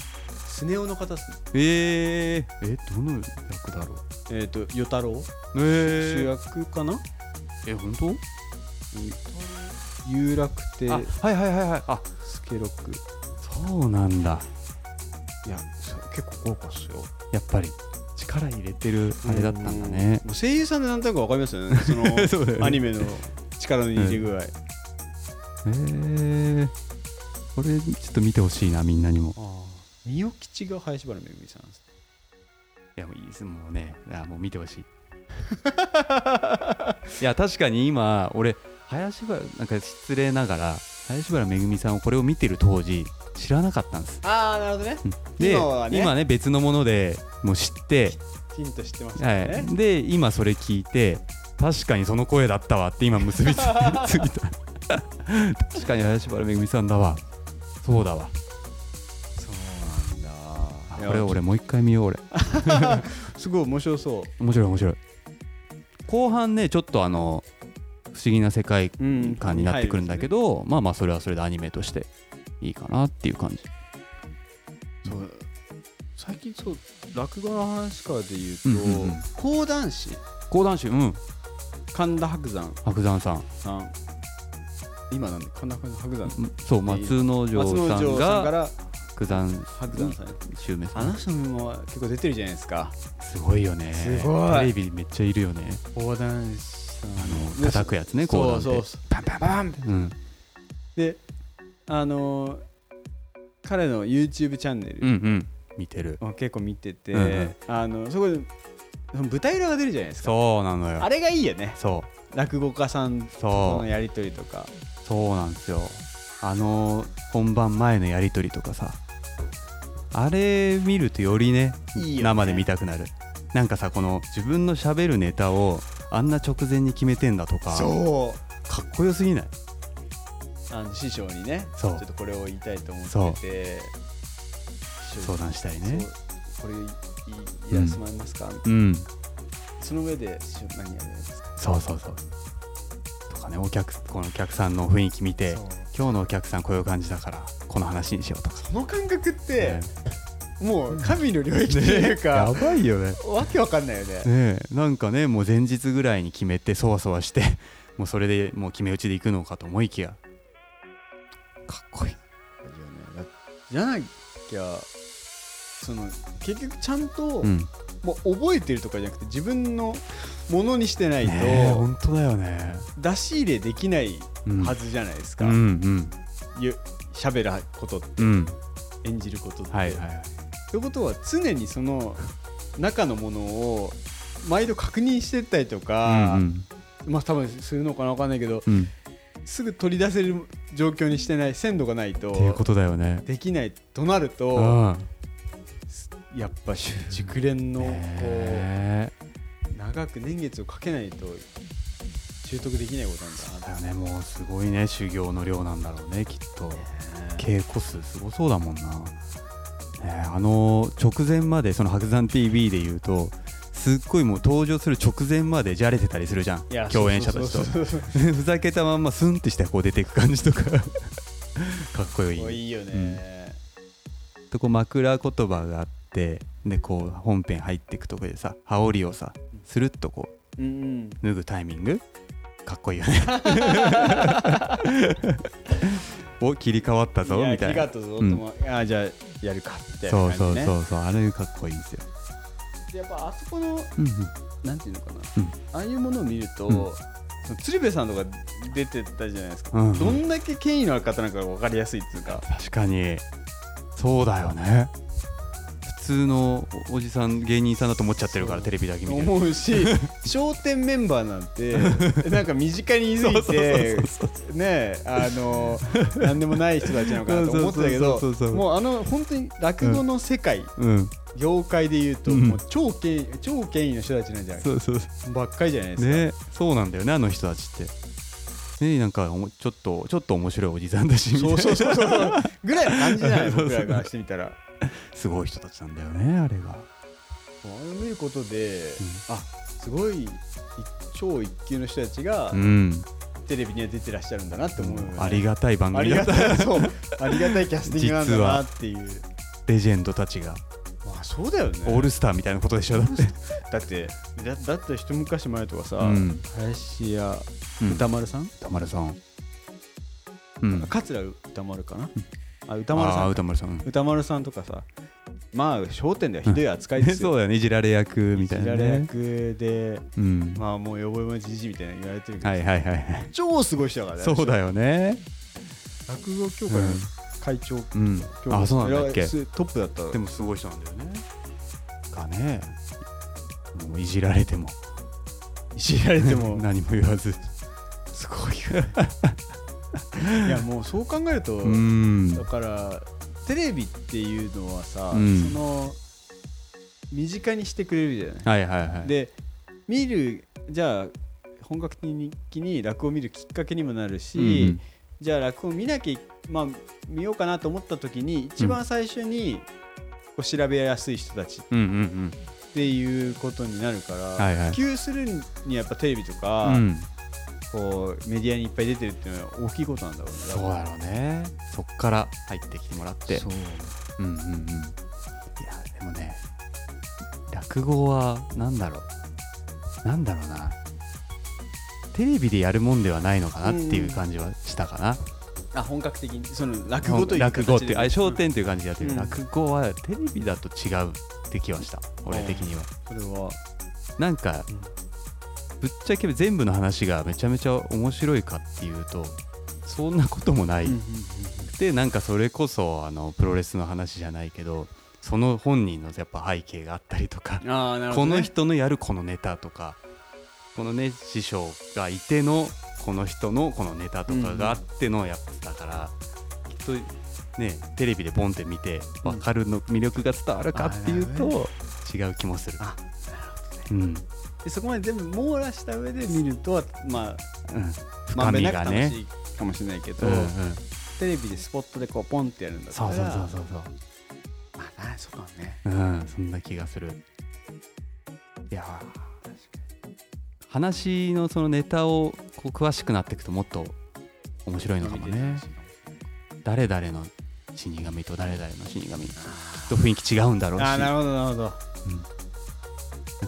[SPEAKER 3] スネ夫の方っすね
[SPEAKER 2] えー、えどの役だろう
[SPEAKER 3] えっ、と与太郎主
[SPEAKER 2] えー、
[SPEAKER 3] 役かな
[SPEAKER 2] え本当
[SPEAKER 3] 有楽亭
[SPEAKER 2] あはいはいはいはいあ
[SPEAKER 3] スケロック
[SPEAKER 2] そうなんだ
[SPEAKER 3] いやそう結構豪華っすよ
[SPEAKER 2] やっぱり力入れてるあれだったんだね
[SPEAKER 3] うもう声優さんでなんとなくわかります よねそ
[SPEAKER 2] そうだよね
[SPEAKER 3] のアニメの力の入り具合、
[SPEAKER 2] へえこれちょっと見てほしいなみんなにも
[SPEAKER 3] ああみよ吉が林原めぐみさんです
[SPEAKER 2] いやもういいですもうねあもう見てほしい いや確かに今俺林原なんか失礼ながら林原めぐみさんをこれを見てる当時知らなかったんです
[SPEAKER 3] ああなるほどね
[SPEAKER 2] で
[SPEAKER 3] 今はね
[SPEAKER 2] 別のものでもう知って、
[SPEAKER 3] ヒント知ってますよね、
[SPEAKER 2] はい、で今それ聞いて確かにその声だったわって今結びつついた確かに林原めぐみさんだわそうだわ
[SPEAKER 3] そう
[SPEAKER 2] あ
[SPEAKER 3] なんだ
[SPEAKER 2] これ俺もう一回見よう俺
[SPEAKER 3] すごい面白そ
[SPEAKER 2] 面白い面白い後半ねちょっとあの不思議な世界
[SPEAKER 3] う、うん
[SPEAKER 2] 感になってくるんだけど、まあまあそれはそれでアニメとしていいかなっていう感じ
[SPEAKER 3] そう最近そう落語の話からで言うと、
[SPEAKER 2] うんうんうん
[SPEAKER 3] 講談師
[SPEAKER 2] 講談師うん
[SPEAKER 3] 神田伯山
[SPEAKER 2] 白山さん
[SPEAKER 3] さん今なんで神田伯山
[SPEAKER 2] うんそう松之丞
[SPEAKER 3] 松之
[SPEAKER 2] さん
[SPEAKER 3] 丞さん
[SPEAKER 2] が
[SPEAKER 3] から
[SPEAKER 2] 白山
[SPEAKER 3] 伯山さんに
[SPEAKER 2] 襲名
[SPEAKER 3] あの人も結構出てるじゃないですか
[SPEAKER 2] すごいよね
[SPEAKER 3] すごい
[SPEAKER 2] テレビめっちゃいるよね
[SPEAKER 3] 講談師さん
[SPEAKER 2] あの叩くやつね講談って
[SPEAKER 3] そうそうそうパンパンパンって
[SPEAKER 2] うん
[SPEAKER 3] であのー彼の YouTube チャンネ
[SPEAKER 2] うんう
[SPEAKER 3] ル
[SPEAKER 2] ん見てる
[SPEAKER 3] を結構見てて、
[SPEAKER 2] うんうん
[SPEAKER 3] あのそこでその舞台裏が出るじゃないですか
[SPEAKER 2] そうなの
[SPEAKER 3] あ
[SPEAKER 2] よ
[SPEAKER 3] れがいいよね
[SPEAKER 2] そう
[SPEAKER 3] 落語家さんと
[SPEAKER 2] そ
[SPEAKER 3] の
[SPEAKER 2] う
[SPEAKER 3] やり取りとか
[SPEAKER 2] そうなんですよあの本番前のやり取りとかさあれ見るとよりね
[SPEAKER 3] いいよね
[SPEAKER 2] 生で見たくなるなんかさこの自分のしゃべるネタをあんな直前に決めてんだとか
[SPEAKER 3] そう
[SPEAKER 2] かっこよすぎない
[SPEAKER 3] あの師匠にねち
[SPEAKER 2] そう
[SPEAKER 3] ょっとこれを言いたいと思
[SPEAKER 2] そう
[SPEAKER 3] ってて師匠に
[SPEAKER 2] 相談したいね
[SPEAKER 3] そうこれいいいらしてもらえますか、
[SPEAKER 2] うん
[SPEAKER 3] その上で師匠何やるんですか
[SPEAKER 2] そうそうそうとかねお客このお客さんの雰囲気見て
[SPEAKER 3] そう
[SPEAKER 2] 今日のお客さんこういう感じだからこの話にしようとか、
[SPEAKER 3] この感覚って
[SPEAKER 2] ね、
[SPEAKER 3] もう神の領域というか、
[SPEAKER 2] ばいよね
[SPEAKER 3] わけわかんないよね
[SPEAKER 2] ねえなんかねもう前日ぐらいに決めてそわそわしてもうそれでもう決め打ちで行くのかと思いきやかっこいい
[SPEAKER 3] じゃなきゃその結局ちゃんと、
[SPEAKER 2] うん、
[SPEAKER 3] もう覚えてるとかじゃなくて自分のものにしてないと、
[SPEAKER 2] ねえ本当だよね、
[SPEAKER 3] 出し入れできない
[SPEAKER 2] うん、
[SPEAKER 3] はずじゃないです
[SPEAKER 2] う
[SPEAKER 3] か、
[SPEAKER 2] んうん
[SPEAKER 3] ゆ喋ることって
[SPEAKER 2] うん
[SPEAKER 3] 演じることって。
[SPEAKER 2] はいはい
[SPEAKER 3] ということは常にその中のものを毎度確認してったりとか、
[SPEAKER 2] うん
[SPEAKER 3] まあ多分するのかな分かんないけど
[SPEAKER 2] うんうん、っ
[SPEAKER 3] すぐ取り出せる状況にしてない鮮度がない
[SPEAKER 2] ていうこととだよね
[SPEAKER 3] できないとなる
[SPEAKER 2] う
[SPEAKER 3] と
[SPEAKER 2] ん
[SPEAKER 3] やっぱし熟練のこ
[SPEAKER 2] ね
[SPEAKER 3] う長く年月をかけないと習得できないことなんだな
[SPEAKER 2] えだよねもうすごいね修行の量なんだろうねきっと
[SPEAKER 3] ね
[SPEAKER 2] 稽古数すごそうだもんな、ねえあの直前までその「白山 TV」で言うとすっごいもう登場する直前までじゃれてたりするじゃん
[SPEAKER 3] いや
[SPEAKER 2] 共演者たちと
[SPEAKER 3] そうそうそうそ
[SPEAKER 2] ふざけたまんまスンってしてこう出ていく感じ とかかっこよ
[SPEAKER 3] う
[SPEAKER 2] い
[SPEAKER 3] いいよね、
[SPEAKER 2] とこう枕言葉があってでこう本編入っていくとこでさ羽織をさスルッとこう
[SPEAKER 3] うんうん、
[SPEAKER 2] 脱ぐタイミングかっこいいよね お切り替わったぞ
[SPEAKER 3] や
[SPEAKER 2] みたい
[SPEAKER 3] あ
[SPEAKER 2] な
[SPEAKER 3] りがとうぞ、
[SPEAKER 2] うん
[SPEAKER 3] ともあじゃあやるかって
[SPEAKER 2] そ
[SPEAKER 3] 感
[SPEAKER 2] う
[SPEAKER 3] じ、ね、
[SPEAKER 2] そうそうそうあれかっこいいんですよ、
[SPEAKER 3] でやっぱあそこ
[SPEAKER 2] うん
[SPEAKER 3] の
[SPEAKER 2] うん
[SPEAKER 3] なんていうのかな、
[SPEAKER 2] うん
[SPEAKER 3] ああいうものを見ると、
[SPEAKER 2] うん
[SPEAKER 3] その鶴瓶さんとか出てたじゃないですか、
[SPEAKER 2] うんうん
[SPEAKER 3] どんだけ権威のある方なんかが分かりやすいっていうか
[SPEAKER 2] 確かにそうだよね普通のおじさん芸人さんだと思っちゃってるから
[SPEAKER 3] そう
[SPEAKER 2] テレビだけ見てる
[SPEAKER 3] 思うし笑点メンバーなんてなんか身近にいす
[SPEAKER 2] そう
[SPEAKER 3] ぎ
[SPEAKER 2] そうそう
[SPEAKER 3] て
[SPEAKER 2] そう
[SPEAKER 3] ねあの何でもない人たちなのかなと思ってたけど
[SPEAKER 2] そうそうそうそうそう
[SPEAKER 3] もうあの本当に落語の世界、
[SPEAKER 2] うん
[SPEAKER 3] 業界でいうと、
[SPEAKER 2] うん
[SPEAKER 3] もう超権威超権威の人たちなんじゃない
[SPEAKER 2] そうそうそ
[SPEAKER 3] ばっかりじゃないで
[SPEAKER 2] う
[SPEAKER 3] すか。
[SPEAKER 2] ねそうなんだよねあの人たちってねなんかおもちょっとちょっと面白いおじさんだしみたい
[SPEAKER 3] そ
[SPEAKER 2] な
[SPEAKER 3] うそうそうそうぐらいの感じじゃない
[SPEAKER 2] そうそう
[SPEAKER 3] 僕らがしてみたら。
[SPEAKER 2] すごい人たちなんだよねあれが
[SPEAKER 3] あれを見ることで、あすごい一超一級の人たちが
[SPEAKER 2] うん
[SPEAKER 3] テレビには出てらっしゃるんだなって思うよね、
[SPEAKER 2] ありがたい番
[SPEAKER 3] あ
[SPEAKER 2] 組
[SPEAKER 3] り
[SPEAKER 2] だ
[SPEAKER 3] が
[SPEAKER 2] った
[SPEAKER 3] たいそうありがたいキャスティングなんだなっていう
[SPEAKER 2] レジェンドたちが
[SPEAKER 3] まあそうだよね
[SPEAKER 2] オールスターみたいなことでしょだって
[SPEAKER 3] だってだだって一昔前とかさ、
[SPEAKER 2] うん
[SPEAKER 3] 林家
[SPEAKER 2] うん
[SPEAKER 3] 歌丸さん、
[SPEAKER 2] 歌丸さんうん
[SPEAKER 3] 桂歌丸かな、あ歌丸
[SPEAKER 2] あ
[SPEAKER 3] さ
[SPEAKER 2] あ
[SPEAKER 3] ん
[SPEAKER 2] 歌丸さんうん
[SPEAKER 3] 歌丸さんとかさまあ『笑点』ではひどい扱いです
[SPEAKER 2] そ
[SPEAKER 3] よ、
[SPEAKER 2] うだよねいじられ役みたい
[SPEAKER 3] 知
[SPEAKER 2] な
[SPEAKER 3] られ
[SPEAKER 2] ね
[SPEAKER 3] 役で
[SPEAKER 2] うん
[SPEAKER 3] まあもうよぼよぼじじいみたいな言われてるけど、
[SPEAKER 2] はいはいはいはい
[SPEAKER 3] 超すごい人だからね
[SPEAKER 2] そうだよね
[SPEAKER 3] 落語協会の会長、
[SPEAKER 2] うん
[SPEAKER 3] 今日
[SPEAKER 2] あそうなんだっけ
[SPEAKER 3] トップだった
[SPEAKER 2] でもすごい人なんだよねかねもういじられても
[SPEAKER 3] いじられても
[SPEAKER 2] 何も言わずすごい
[SPEAKER 3] いやもうそう考えると、
[SPEAKER 2] うん
[SPEAKER 3] だからテレビっていうのはさ、
[SPEAKER 2] うん
[SPEAKER 3] その身近にしてくれるじゃない、
[SPEAKER 2] はいはいはい
[SPEAKER 3] で見るじゃあ本格的に落語を見るきっかけにもなるし、
[SPEAKER 2] うん
[SPEAKER 3] じゃあ落語見なきゃまあ見ようかなと思った時に一番最初にこう調べやすい人たちっ
[SPEAKER 2] うんうん
[SPEAKER 3] ていうことになるから、
[SPEAKER 2] はいはい
[SPEAKER 3] 普及するにはやっぱテレビと
[SPEAKER 2] う
[SPEAKER 3] か、
[SPEAKER 2] んうん
[SPEAKER 3] こうメディアにいっぱい出てるっていうのは大きいことなんだろうね。
[SPEAKER 2] そうだろうねそっから入ってきてもらって
[SPEAKER 3] そう
[SPEAKER 2] うんうんうんいやでもね落語は何だろうなんだろうなテレビでやるもんではないのかなっていう感じはしたかな、
[SPEAKER 3] あ本格的にその落語という
[SPEAKER 2] 落語っていうあれ
[SPEAKER 3] 商
[SPEAKER 2] 笑点という感じでやってる、
[SPEAKER 3] うん
[SPEAKER 2] 落語はテレビだと違うって気はした俺的には
[SPEAKER 3] それは
[SPEAKER 2] なんか
[SPEAKER 3] うん
[SPEAKER 2] ぶっちゃけ全部の話がめちゃめちゃ面白いかっていうとそんなこともない、
[SPEAKER 3] うんうん
[SPEAKER 2] でなんかそれこそあのプロレスの話じゃないけどその本人のやっぱ背景があったりとか
[SPEAKER 3] うんああなる
[SPEAKER 2] こ
[SPEAKER 3] ほど、ね、
[SPEAKER 2] の人のやるこのネタとかこのね師匠がいてのこの人のこのネタとかがあってのやつだから、きっとねテレビでボンって見て分かるの魅力が伝わるかっていう
[SPEAKER 3] あな
[SPEAKER 2] と違う気もする。
[SPEAKER 3] あなるほどね
[SPEAKER 2] うんうん、
[SPEAKER 3] でそこまで全部網羅した上で見るとはまあま
[SPEAKER 2] 深
[SPEAKER 3] んべ
[SPEAKER 2] み
[SPEAKER 3] んなく
[SPEAKER 2] が
[SPEAKER 3] 楽
[SPEAKER 2] ね。
[SPEAKER 3] しいかもしれないけど、
[SPEAKER 2] うんうん
[SPEAKER 3] テレビでスポットでこうポンってやるんだか
[SPEAKER 2] そ
[SPEAKER 3] ら
[SPEAKER 2] うそうそうそう
[SPEAKER 3] まあなそうかもね
[SPEAKER 2] そう、うん、そんな気がするいやー話のそのネタをこう詳しくなっていくともっと面白いのかもね誰々の死神と誰々の死神きっと雰囲気違うんだろうし
[SPEAKER 3] ああな
[SPEAKER 2] なんか
[SPEAKER 3] るほどなるほど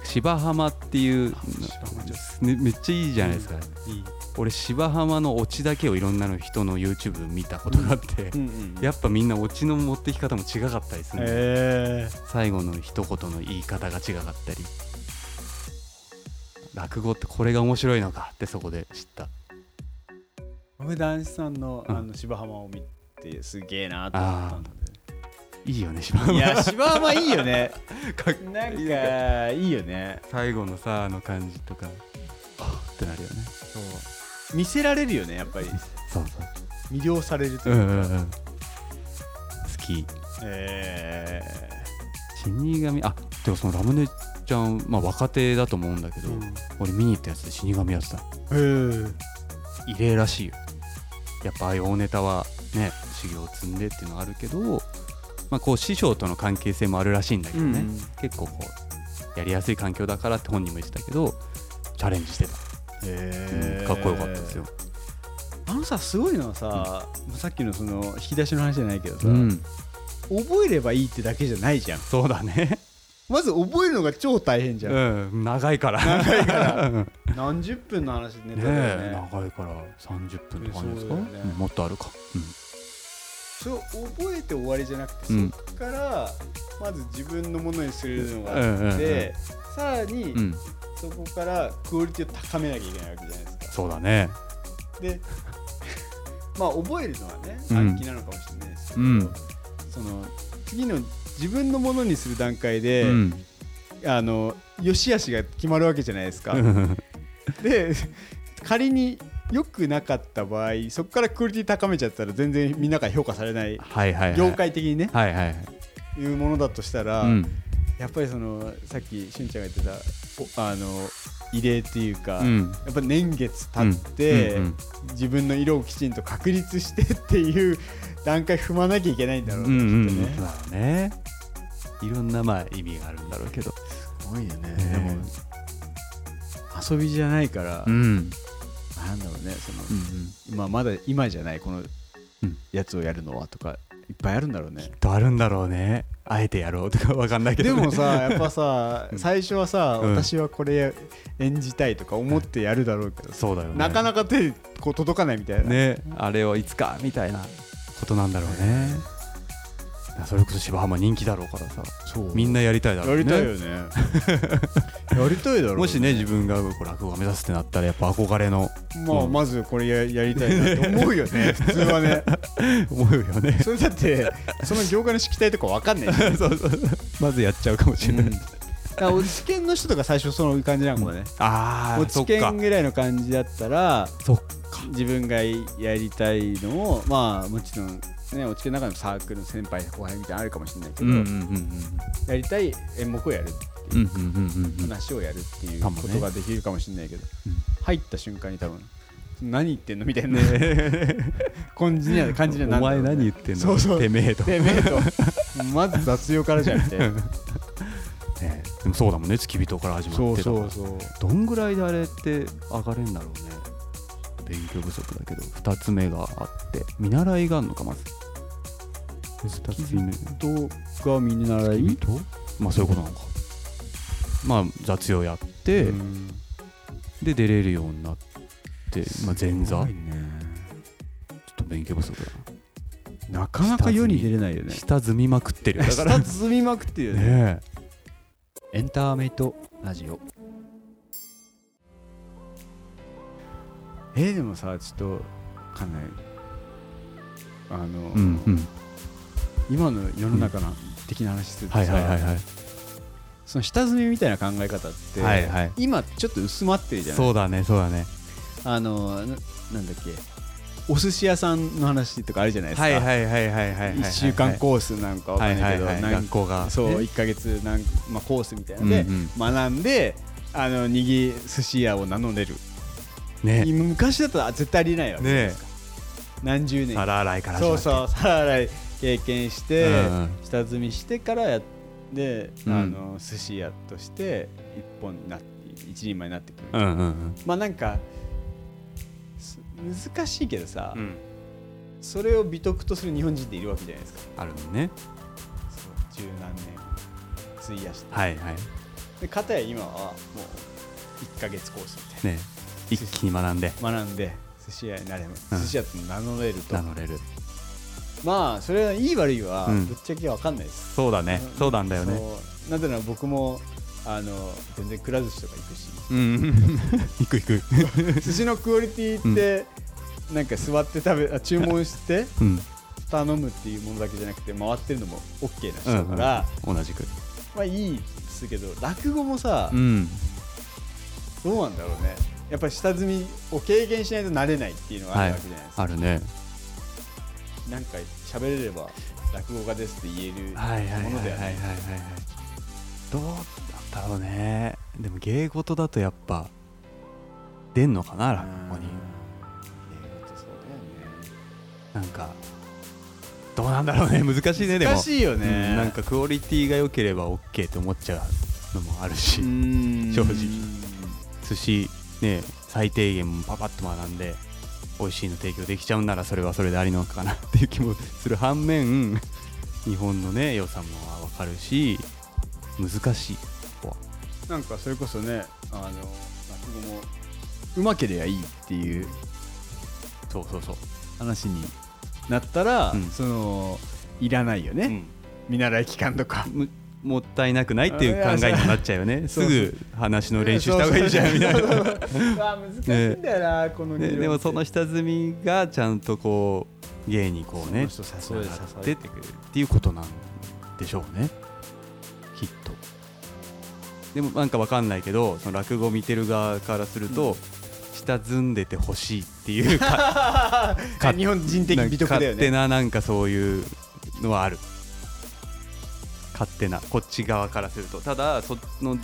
[SPEAKER 2] 芝浜っていう
[SPEAKER 3] 芝浜女
[SPEAKER 2] ねめっちゃいいじゃないですか、
[SPEAKER 3] いい
[SPEAKER 2] 俺芝浜のオチだけをいろんなの人の YouTube 見たことがあって、
[SPEAKER 3] うんうんうん
[SPEAKER 2] やっぱみんなオチの持ってき方も違かったりする、
[SPEAKER 3] え
[SPEAKER 2] 最後の一言の言い方が違かったり落語ってこれが面白いのかってそこで知った
[SPEAKER 3] ー、僕男子さんの
[SPEAKER 2] うん
[SPEAKER 3] あの芝浜を見てすげえなと思ったの
[SPEAKER 2] いいよね芝
[SPEAKER 3] で
[SPEAKER 2] 浜
[SPEAKER 3] いや芝浜いいよね
[SPEAKER 2] かっ
[SPEAKER 3] なんかいいよね
[SPEAKER 2] 最後のさあの感じとかあーってなるよね
[SPEAKER 3] そう見せられるよねやっぱり
[SPEAKER 2] そうそ
[SPEAKER 3] 魅了されると
[SPEAKER 2] う
[SPEAKER 3] いうう、
[SPEAKER 2] んうんうん好き
[SPEAKER 3] え
[SPEAKER 2] 死神あでもそのラムネちゃんまあ若手だと思うんだけ
[SPEAKER 3] ー
[SPEAKER 2] ど、俺見に行ったやつで死神やってた
[SPEAKER 3] うん、えー
[SPEAKER 2] 異例らしいよやっぱああいう大ネタはね修行を積んでっていうのはあるけど、まあ、こう師匠との関係性もあるらしいんだけどね、
[SPEAKER 3] うん
[SPEAKER 2] 結構こうやりやすい環境だからって本人も言ってたけどチャレンジしてた、
[SPEAKER 3] え
[SPEAKER 2] うんかっこよかったですよ、
[SPEAKER 3] あのさすごいのはさ、さっきのその引き出しの話じゃないけどさ、
[SPEAKER 2] うん、
[SPEAKER 3] 覚えればいいってだけじゃないじゃん
[SPEAKER 2] そうだね
[SPEAKER 3] まず覚えるのが超大変じゃ ん、
[SPEAKER 2] うん長いから長いからね
[SPEAKER 3] 何十分の話ネタだよね
[SPEAKER 2] え長いから30分とかじゃないですか、
[SPEAKER 3] そうだよね
[SPEAKER 2] うんもっとあるか、
[SPEAKER 3] それを覚えて終わりじゃなくて、
[SPEAKER 2] うん
[SPEAKER 3] そこからまず自分のものにするの
[SPEAKER 2] うん、
[SPEAKER 3] があ
[SPEAKER 2] うん
[SPEAKER 3] って、さらに、
[SPEAKER 2] うんうん
[SPEAKER 3] そこからクオリティを高めなきゃいけないわけじゃないですか
[SPEAKER 2] そうだね
[SPEAKER 3] でまあ覚えるのはね
[SPEAKER 2] うん
[SPEAKER 3] 暗記なのかもしれないですけど、
[SPEAKER 2] うん
[SPEAKER 3] その次の自分のものにする段階
[SPEAKER 2] う
[SPEAKER 3] で、
[SPEAKER 2] ん
[SPEAKER 3] あの良し悪しが決まるわけじゃないで すか。
[SPEAKER 2] うん
[SPEAKER 3] で仮に良くなかった場合そこからクオリティ高めちゃったら全然みんなから評価されない
[SPEAKER 2] はいはいはい
[SPEAKER 3] 業界的にね、
[SPEAKER 2] はいはいはい
[SPEAKER 3] い、うものだとしたら、
[SPEAKER 2] うん
[SPEAKER 3] やっぱりそのさっきしゅんちゃんが言ってたおあの異例っていうか、
[SPEAKER 2] うん
[SPEAKER 3] やっぱ年月経って、
[SPEAKER 2] うんうん
[SPEAKER 3] 自分の色をきちんと確立してっていう段階踏まなきゃいけないんだろう
[SPEAKER 2] うん
[SPEAKER 3] ね、
[SPEAKER 2] うん
[SPEAKER 3] きっとね。
[SPEAKER 2] そうだねいろんなまあ意味があるんだろうけど
[SPEAKER 3] すごいよね
[SPEAKER 2] え
[SPEAKER 3] 遊びじゃないから、
[SPEAKER 2] うんうん
[SPEAKER 3] なんだろうねその、まあ、まだ今じゃないこの
[SPEAKER 2] うん
[SPEAKER 3] やつをやるのはとかいっぱいあるんだろうね
[SPEAKER 2] とあるんだろうねあえてやろうとかわかんないけ
[SPEAKER 3] で
[SPEAKER 2] ど、ね、
[SPEAKER 3] もさやっぱさ最初はさ、
[SPEAKER 2] うん
[SPEAKER 3] 私はこれ演じたいとか思ってやるだろうけど、
[SPEAKER 2] そうだよね
[SPEAKER 3] なかなか手こう届かないみたいな、
[SPEAKER 2] ねあれをいつかみたいなことなんだろうねそれこそ芝浜人気だろうからさ
[SPEAKER 3] そう
[SPEAKER 2] みんなやりたいだろ
[SPEAKER 3] や
[SPEAKER 2] うね
[SPEAKER 3] りたいよね やりたいだろう
[SPEAKER 2] もしね自分がこう落語を目指すってなったらやっぱ憧れの
[SPEAKER 3] まあ、
[SPEAKER 2] うん
[SPEAKER 3] まずこれややりたいなって思う よね普通はね
[SPEAKER 2] 思うよね
[SPEAKER 3] それだってその業界の色体とかわかんないし、
[SPEAKER 2] そうそうまずやっちゃうかもしれない、
[SPEAKER 3] だからお知見の人とか最初そういう感じなのかもね、
[SPEAKER 2] あ
[SPEAKER 3] お
[SPEAKER 2] あそ
[SPEAKER 3] 知
[SPEAKER 2] っか
[SPEAKER 3] 見ぐらいの感じだったら
[SPEAKER 2] そっか
[SPEAKER 3] 自分がやりたいのをまあもちろんねお知見の中のサークルの先輩後輩みたいなのあるかもしれないけ
[SPEAKER 2] う
[SPEAKER 3] ど、
[SPEAKER 2] んうんうん
[SPEAKER 3] やりたい演目をやる
[SPEAKER 2] うんうんうんうんうん
[SPEAKER 3] 話をやるっていう
[SPEAKER 2] か
[SPEAKER 3] こ
[SPEAKER 2] もね
[SPEAKER 3] とができるかもしれないけど、
[SPEAKER 2] うん
[SPEAKER 3] 入った瞬間に多分何言ってんのみた いな、感じには感じにはな
[SPEAKER 2] お
[SPEAKER 3] るんだ
[SPEAKER 2] 前
[SPEAKER 3] ろう
[SPEAKER 2] 何言
[SPEAKER 3] ね
[SPEAKER 2] ってんの
[SPEAKER 3] そうそう
[SPEAKER 2] てめえと、
[SPEAKER 3] てめえとまず雑用からじゃんみたいな
[SPEAKER 2] ねでもそうだもんね付き人から始まって
[SPEAKER 3] そう
[SPEAKER 2] たから
[SPEAKER 3] そうそう
[SPEAKER 2] どんぐらいであれって上がれんだろうね勉強不足だけど2つ目があって見習いがあるのかまず2つ目
[SPEAKER 3] 人が見習
[SPEAKER 2] 付
[SPEAKER 3] い
[SPEAKER 2] き人まあそういうことなのかまあ雑用やって、
[SPEAKER 3] うん
[SPEAKER 2] で出れるようになって、まあ、前座ちょ
[SPEAKER 3] す
[SPEAKER 2] っ
[SPEAKER 3] ごいね
[SPEAKER 2] と勉強不足だ
[SPEAKER 3] なかなか世に出れないよ
[SPEAKER 2] な、
[SPEAKER 3] ね
[SPEAKER 2] 下積みまくってるよだからね
[SPEAKER 3] 積みまくってるよね
[SPEAKER 2] え
[SPEAKER 3] エンターメイトラジオえー、でもさちょっとわかんないあの、
[SPEAKER 2] うんうん
[SPEAKER 3] 今の世の中の的な話するとさ、
[SPEAKER 2] はいはいはいはい
[SPEAKER 3] その下積みみたいな考え方って、
[SPEAKER 2] はいはい
[SPEAKER 3] 今ちょっと薄まってるじゃない
[SPEAKER 2] そうだねそうだね
[SPEAKER 3] あのななんだっけお寿司屋さんの話とかあるじゃないですか、
[SPEAKER 2] はいはいはいはいはいはい
[SPEAKER 3] 1週間コースなんかわかんないけど、
[SPEAKER 2] はいはいはい
[SPEAKER 3] 何
[SPEAKER 2] 学校が
[SPEAKER 3] そう
[SPEAKER 2] ね
[SPEAKER 3] 1か月なん、まあ、コースみたいなので、
[SPEAKER 2] うんうん
[SPEAKER 3] 学んであの握り寿司屋を名乗れる、
[SPEAKER 2] ね
[SPEAKER 3] 昔だったら絶対ありえないわけじゃないですか、何十年
[SPEAKER 2] 皿洗いから始
[SPEAKER 3] そ
[SPEAKER 2] ま
[SPEAKER 3] う
[SPEAKER 2] って
[SPEAKER 3] そう皿洗い経験して、
[SPEAKER 2] うん
[SPEAKER 3] 下積みしてからやで、
[SPEAKER 2] うん
[SPEAKER 3] あの寿司屋として一本になって一人前になってくる、
[SPEAKER 2] うんうん
[SPEAKER 3] まあなんかす難しいけどさ、
[SPEAKER 2] うん
[SPEAKER 3] それを美徳とする日本人っているわけじゃないですか
[SPEAKER 2] あるのね
[SPEAKER 3] そう十何年費やして
[SPEAKER 2] はいはい
[SPEAKER 3] で片や今はもう1ヶ月コースみたいな
[SPEAKER 2] ね一気に学んで
[SPEAKER 3] 学んで寿司屋になれます、
[SPEAKER 2] うん
[SPEAKER 3] 寿司屋って名乗れると
[SPEAKER 2] 名乗れる
[SPEAKER 3] まあそれはいい悪いは
[SPEAKER 2] うん
[SPEAKER 3] ぶっちゃけわかんないです、
[SPEAKER 2] そうだねそうなんだよね
[SPEAKER 3] そうなぜなら僕もあの全然くら寿司とか 行くし
[SPEAKER 2] うん行く行く
[SPEAKER 3] 寿司のクオリティって、なんか座って食べあ注文して
[SPEAKER 2] うん
[SPEAKER 3] 頼むっていうものだけじゃなくて回ってるのも OK な人だから、
[SPEAKER 2] 同じく
[SPEAKER 3] まあいいですけど落語もさ、
[SPEAKER 2] うん
[SPEAKER 3] どうなんだろうねやっぱり下積みを経験しないとなれないっていうのがあるわけじゃないですか、
[SPEAKER 2] あるね
[SPEAKER 3] なんか喋れれば落語家ですって言えるものではない
[SPEAKER 2] どうなんだろうねでも芸事だとやっぱ出んのかな落語に
[SPEAKER 3] 英語ってそ
[SPEAKER 2] な
[SPEAKER 3] う
[SPEAKER 2] んかどうなんだろうね難しいね
[SPEAKER 3] だ
[SPEAKER 2] で
[SPEAKER 3] よね
[SPEAKER 2] も
[SPEAKER 3] 難しいよね、
[SPEAKER 2] うんなんかクオリティが良ければ OK って思っちゃうのもあるし、
[SPEAKER 3] 正
[SPEAKER 2] 正直寿司ね最低限もパパッと学んで美味しいの提供できちゃうならそれはそれでありなのかなっていう気もする反面 日本のね良さも分かるし難しいここは
[SPEAKER 3] なんかそれこそねあの落語もうまければいいっていう
[SPEAKER 2] そうそうそう、
[SPEAKER 3] 話になったら、
[SPEAKER 2] うん
[SPEAKER 3] そのいらないよね、
[SPEAKER 2] うん
[SPEAKER 3] 見習い期間とか
[SPEAKER 2] むもったいなくないっていう考えにもなっちゃうよね
[SPEAKER 3] そう
[SPEAKER 2] す
[SPEAKER 3] そう
[SPEAKER 2] ぐ話の練習した方がいいじゃんみたいな
[SPEAKER 3] な難しいんだよな、この理
[SPEAKER 2] ね、
[SPEAKER 3] 論
[SPEAKER 2] でもその下積みがちゃんとこう芸にこうね
[SPEAKER 3] その人
[SPEAKER 2] つ
[SPEAKER 3] 誘い
[SPEAKER 2] ながっ
[SPEAKER 3] 支
[SPEAKER 2] て
[SPEAKER 3] え
[SPEAKER 2] っていうことなんでしょうねきっとでもなんかわかんないけどその落語見てる側からすると、下積んでてほしいっていう かか
[SPEAKER 3] 日本人的美徳だよ
[SPEAKER 2] 勝手
[SPEAKER 3] ね
[SPEAKER 2] ななんかそういうのはある勝手なこっち側からするとただその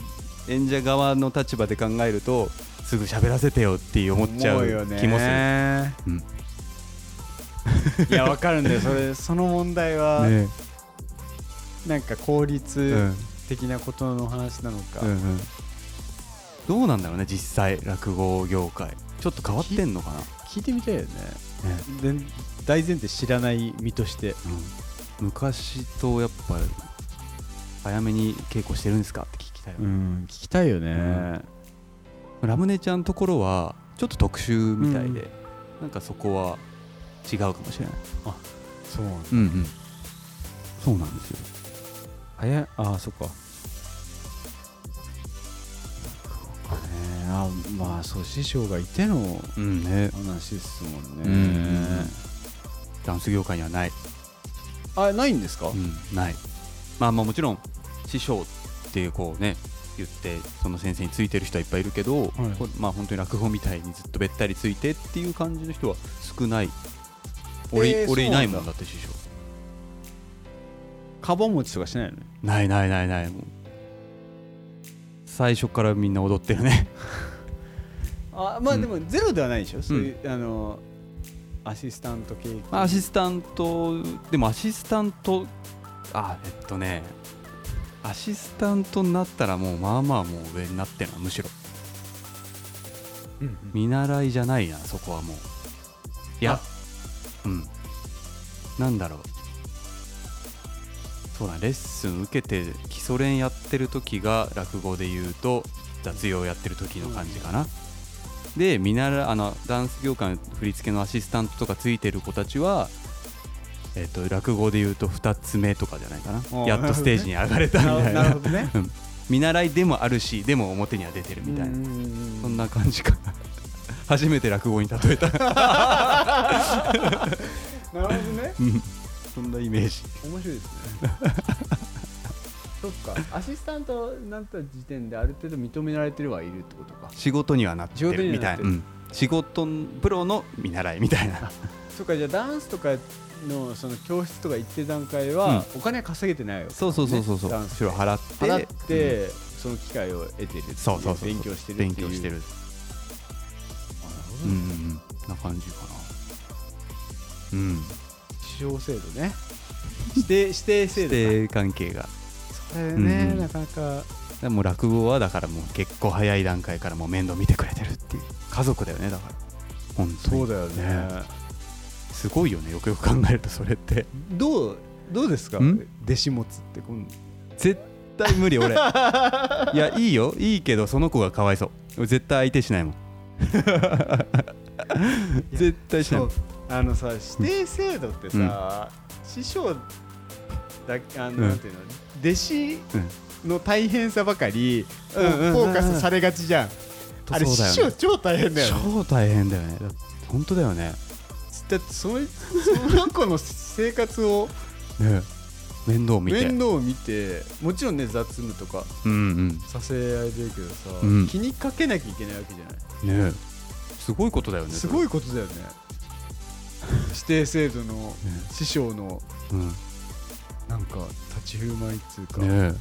[SPEAKER 2] 演者側の立場で考えるとすぐ喋らせてよっていう思っちゃう
[SPEAKER 3] よね
[SPEAKER 2] 気もするうん
[SPEAKER 3] いやわかるんだよそれその問題は、
[SPEAKER 2] ね
[SPEAKER 3] なんか効
[SPEAKER 2] う
[SPEAKER 3] 率
[SPEAKER 2] ん
[SPEAKER 3] 的なことの話なのか、
[SPEAKER 2] うんうんどうなんだろうね実際落語業界ちょっと変わってんのかな、
[SPEAKER 3] 聞いてみたいよねで大前提知らない身として
[SPEAKER 2] うん昔とやっぱ早めに稽古してるんですかって聞きたいよね、
[SPEAKER 3] ん聞きたいよね
[SPEAKER 2] ラムネちゃんのところはちょっと特殊みたいで、なんかそこは違うかもしれない
[SPEAKER 3] そうなんだ
[SPEAKER 2] うんうんそうなんですよ
[SPEAKER 3] 早いああそっかねあまあそう師匠がいての
[SPEAKER 2] うんね
[SPEAKER 3] 話ですもんね、
[SPEAKER 2] うんダンス業界にはない、
[SPEAKER 3] あないんですか、
[SPEAKER 2] うん、ないまあまあもちろん師匠っていうこうね言ってその先生についてる人はいっぱいいるけど、
[SPEAKER 3] はい
[SPEAKER 2] これまあ本当に落語みたいにずっとべったりついてっていう感じの人は少ない俺,、
[SPEAKER 3] えー
[SPEAKER 2] 俺いない
[SPEAKER 3] そう
[SPEAKER 2] も
[SPEAKER 3] なんん
[SPEAKER 2] だって師匠
[SPEAKER 3] カバン持ちとかしないのね
[SPEAKER 2] ないないないないもう最初からみんな踊ってるね
[SPEAKER 3] あまあ
[SPEAKER 2] うん
[SPEAKER 3] でもゼロではないでしょ、そういうあのアシスタント経験
[SPEAKER 2] アシスタントでもアシスタントあえっとねアシスタントになったらもうまあまあもう上になってるのむしろ見習いじゃないなそこはもういや
[SPEAKER 3] あ
[SPEAKER 2] うんなんだろうそうだレッスン受けて基礎練やってる時が落語で言うと雑用やってる時の感じかな、で見習いあのダンス業界の振り付けのアシスタントとかついてる子たちはえっと落語で言うと2つ目とかじゃないかな
[SPEAKER 3] おー
[SPEAKER 2] やっとステージに上がれたみたい
[SPEAKER 3] なる
[SPEAKER 2] な
[SPEAKER 3] ほどね
[SPEAKER 2] 見習いでもあるしでも表には出てるみたいなそん
[SPEAKER 3] な
[SPEAKER 2] な感じかな 初めて落語に例えた
[SPEAKER 3] なるほどね
[SPEAKER 2] そんなイメージ
[SPEAKER 3] 面白いです ねそっかアシスタントになった時点である程度認められてるはいるってことか
[SPEAKER 2] 仕事にはなって
[SPEAKER 3] 仕事
[SPEAKER 2] る
[SPEAKER 3] に
[SPEAKER 2] み
[SPEAKER 3] はな
[SPEAKER 2] た
[SPEAKER 3] っ
[SPEAKER 2] い
[SPEAKER 3] て
[SPEAKER 2] な、
[SPEAKER 3] る
[SPEAKER 2] うん仕事のプロの見習いみたいな
[SPEAKER 3] そっかじゃあダンスとかのその教室とか行ってる段階は、お金は稼げてないよ
[SPEAKER 2] そうそうそうそうそう
[SPEAKER 3] ダ
[SPEAKER 2] む
[SPEAKER 3] ンス
[SPEAKER 2] しろ払って
[SPEAKER 3] 払って、その機会を得てるってい
[SPEAKER 2] そうそうそうそう
[SPEAKER 3] 勉強してるっていう
[SPEAKER 2] 勉強してる
[SPEAKER 3] あなるほ
[SPEAKER 2] う
[SPEAKER 3] ど
[SPEAKER 2] んう
[SPEAKER 3] ね
[SPEAKER 2] んうんな感じかなうん
[SPEAKER 3] 師匠制度ね指定指定制
[SPEAKER 2] 師
[SPEAKER 3] 度か
[SPEAKER 2] 弟関係が
[SPEAKER 3] それね、
[SPEAKER 2] うん
[SPEAKER 3] なかなか
[SPEAKER 2] でも落語はだからもう結構早い段階からもう面倒見てくれてるっていう家族だよねだから本当に
[SPEAKER 3] そうだよね
[SPEAKER 2] すごいよねよくよく考えるとそれって
[SPEAKER 3] どうどうですか
[SPEAKER 2] ん
[SPEAKER 3] 弟子持つって今度
[SPEAKER 2] 絶 対無理俺いやいいよいいけどその子がかわいそう俺絶対相手しないもん
[SPEAKER 3] や
[SPEAKER 2] 絶対しない
[SPEAKER 3] そうあのさ指定制度ってさ、師匠だけあの、
[SPEAKER 2] うん
[SPEAKER 3] なんていうの弟子
[SPEAKER 2] うん
[SPEAKER 3] の大変さばかり、
[SPEAKER 2] うんうんうんうん
[SPEAKER 3] フォーカスされがちじゃん、あれ
[SPEAKER 2] そう
[SPEAKER 3] 師
[SPEAKER 2] だよ
[SPEAKER 3] 匠
[SPEAKER 2] ね
[SPEAKER 3] 超大変だよね
[SPEAKER 2] 超大変だよねだ本当だよね
[SPEAKER 3] だってそのその子の生活を
[SPEAKER 2] ね面倒見て
[SPEAKER 3] 面倒を見てもちろんね雑務とか
[SPEAKER 2] うん
[SPEAKER 3] させられてるけどさ、
[SPEAKER 2] うん
[SPEAKER 3] 気にかけなきゃいけないわけじゃない
[SPEAKER 2] うんねすごいことだよね
[SPEAKER 3] す
[SPEAKER 2] い、
[SPEAKER 3] ごいことだよね指定制度の師匠の
[SPEAKER 2] うん、ね
[SPEAKER 3] なんか立ち振る舞いっつうか、
[SPEAKER 2] え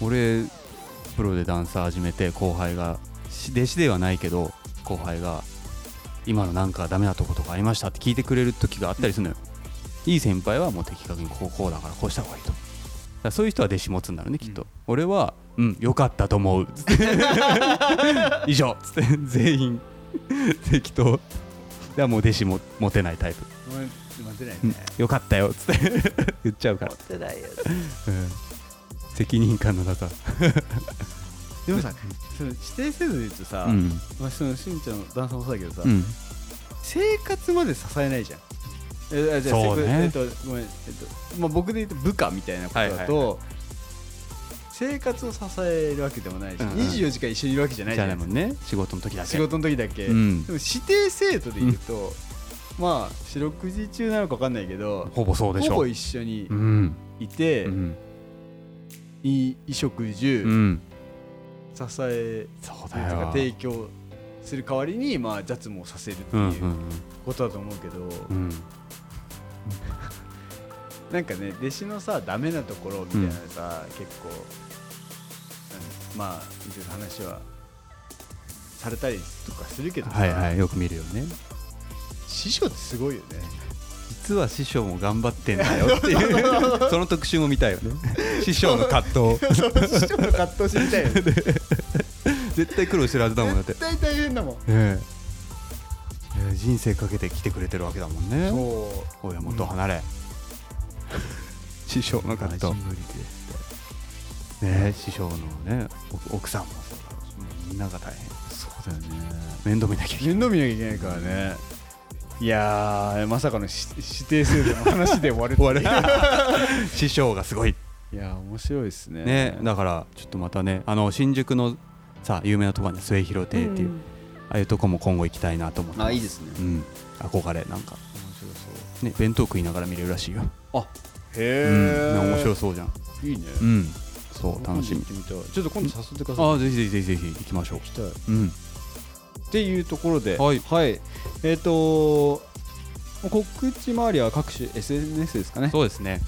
[SPEAKER 2] 俺プロでダンサー始めて後輩がし弟子ではないけど後輩が今のなんかダメなとことかありましたって聞いてくれる時があったりするのよ、いい先輩はもう的確にこうこうだからこうした方がいいとだからそういう人は弟子持つんだろうねきっと、
[SPEAKER 3] うん
[SPEAKER 2] 俺はうん良かったと思うつ って以上つって全員適当だからもう弟子も持てないタイプ、
[SPEAKER 3] ごめん待てないね、
[SPEAKER 2] うん良かったよつって言っちゃうから
[SPEAKER 3] 持ってないよ
[SPEAKER 2] うん責任感のなさ、
[SPEAKER 3] でもさその指定制度で言うとさ、
[SPEAKER 2] うん
[SPEAKER 3] まあ、そのしんちゃんのダンサーもそうだけどさ、
[SPEAKER 2] うん、
[SPEAKER 3] 生活まで支えないじゃんえあじゃあ
[SPEAKER 2] そうね
[SPEAKER 3] せえっとごめん、えっとまあ、僕で言うと部下みたいなことだと、
[SPEAKER 2] はい
[SPEAKER 3] 生活を支えるわけでもないし、
[SPEAKER 2] うんうん
[SPEAKER 3] 24時間一緒にいるわけじゃない
[SPEAKER 2] じ
[SPEAKER 3] じ
[SPEAKER 2] ゃ
[SPEAKER 3] ゃ
[SPEAKER 2] な
[SPEAKER 3] ない
[SPEAKER 2] い
[SPEAKER 3] です
[SPEAKER 2] も
[SPEAKER 3] か
[SPEAKER 2] んね仕事の時だけ
[SPEAKER 3] 仕事の時だけ、
[SPEAKER 2] うん
[SPEAKER 3] でも指定制度で言うと、まあ四六時中なのか分かんないけど
[SPEAKER 2] ほぼそうでしょ
[SPEAKER 3] ほぼ一緒に
[SPEAKER 2] うん
[SPEAKER 3] いて、
[SPEAKER 2] うん
[SPEAKER 3] い衣食住、
[SPEAKER 2] うん
[SPEAKER 3] 支え
[SPEAKER 2] そう
[SPEAKER 3] とい
[SPEAKER 2] だ
[SPEAKER 3] うか
[SPEAKER 2] よ
[SPEAKER 3] 提供する代わりに、まあ、雑務をさせるっ
[SPEAKER 2] う
[SPEAKER 3] てい
[SPEAKER 2] んう
[SPEAKER 3] ううんことだと思うけど、
[SPEAKER 2] うん
[SPEAKER 3] なんかね弟子のさダメなところみたいなのさ、結構、うんまあいろいろ話はされたりとかするけどさ、
[SPEAKER 2] はいはいよく見るよね
[SPEAKER 3] 師匠ってすごいよね
[SPEAKER 2] 実は師匠も頑張ってんだよっていう その特集も見たいよね師匠の葛藤
[SPEAKER 3] 師匠の葛藤してみたいよ ね
[SPEAKER 2] 絶対苦労してるはずだもんだって
[SPEAKER 3] 絶対大変だもん
[SPEAKER 2] ねえねえ人生かけて来てくれてるわけだもんね
[SPEAKER 3] そ
[SPEAKER 2] 親元離れ師匠の葛藤
[SPEAKER 3] 無理で
[SPEAKER 2] ね師匠のねお奥さんもそうだろうしもうみんなが大変そうだよね面倒見なきゃいけない
[SPEAKER 3] 面倒見なきゃいけないからねいやーまさかのし指定制度の話で終わるっ ていう
[SPEAKER 2] 師匠がすごい
[SPEAKER 3] いやー面白いですね
[SPEAKER 2] ねだからちょっとまたねあの新宿のさ有名なところに末広亭っていう、
[SPEAKER 3] ん
[SPEAKER 2] ああいうとこも今後行きたいなと思ってます
[SPEAKER 3] あいいですね
[SPEAKER 2] うん、憧れなんか
[SPEAKER 3] 面白そ
[SPEAKER 2] ね弁当食いながら見れるらしいよ、
[SPEAKER 3] うあへ
[SPEAKER 2] う
[SPEAKER 3] え、
[SPEAKER 2] ん、面白そうじゃん
[SPEAKER 3] いいね、
[SPEAKER 2] うんそう楽しみ
[SPEAKER 3] 今度行ってみたいちょっと今度誘ってください
[SPEAKER 2] ああぜひぜひぜひぜひ行きましょう
[SPEAKER 3] 行きたいっ
[SPEAKER 2] うん
[SPEAKER 3] ていうところでは
[SPEAKER 2] はい
[SPEAKER 3] いえっ、と告知周りは各種 SNS ですかね
[SPEAKER 2] そうですね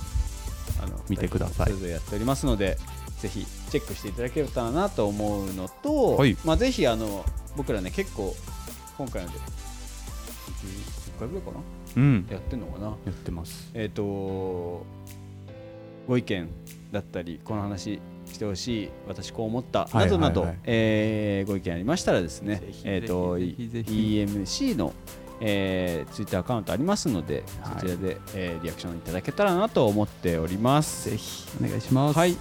[SPEAKER 3] あの
[SPEAKER 2] 見てください
[SPEAKER 3] それぞれやっておりますのでぜひチェックしていただけたらなと思うのと、
[SPEAKER 2] はい
[SPEAKER 3] まあ、ぜひあの僕らね結構今回ので10回ぐらいかな
[SPEAKER 2] うん
[SPEAKER 3] やってんのかな
[SPEAKER 2] やってます
[SPEAKER 3] えっ、とご意見だったりこの話してほしい私こう思った
[SPEAKER 2] はい
[SPEAKER 3] などな
[SPEAKER 2] は
[SPEAKER 3] ど
[SPEAKER 2] いはい
[SPEAKER 3] えーご意見ありましたらですね
[SPEAKER 2] ぜひぜひ
[SPEAKER 3] えっと
[SPEAKER 2] ぜひぜひ
[SPEAKER 3] EMC のえー、ツイッターアカウントありますので、
[SPEAKER 2] はい
[SPEAKER 3] そちらで、えーリアクションいただけたらなと思っております。
[SPEAKER 2] ぜひお願いします
[SPEAKER 3] はい。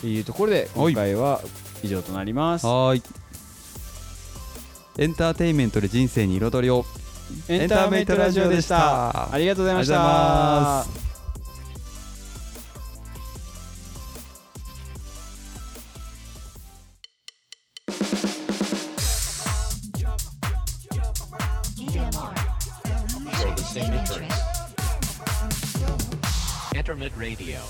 [SPEAKER 3] というところで、
[SPEAKER 2] はい
[SPEAKER 3] 今回は以上となります。
[SPEAKER 2] はーいエンターテインメントで人生に彩りを
[SPEAKER 3] エンターメイトラジオでした。ありがとうございました。
[SPEAKER 2] ありがとうございます
[SPEAKER 1] internet radio.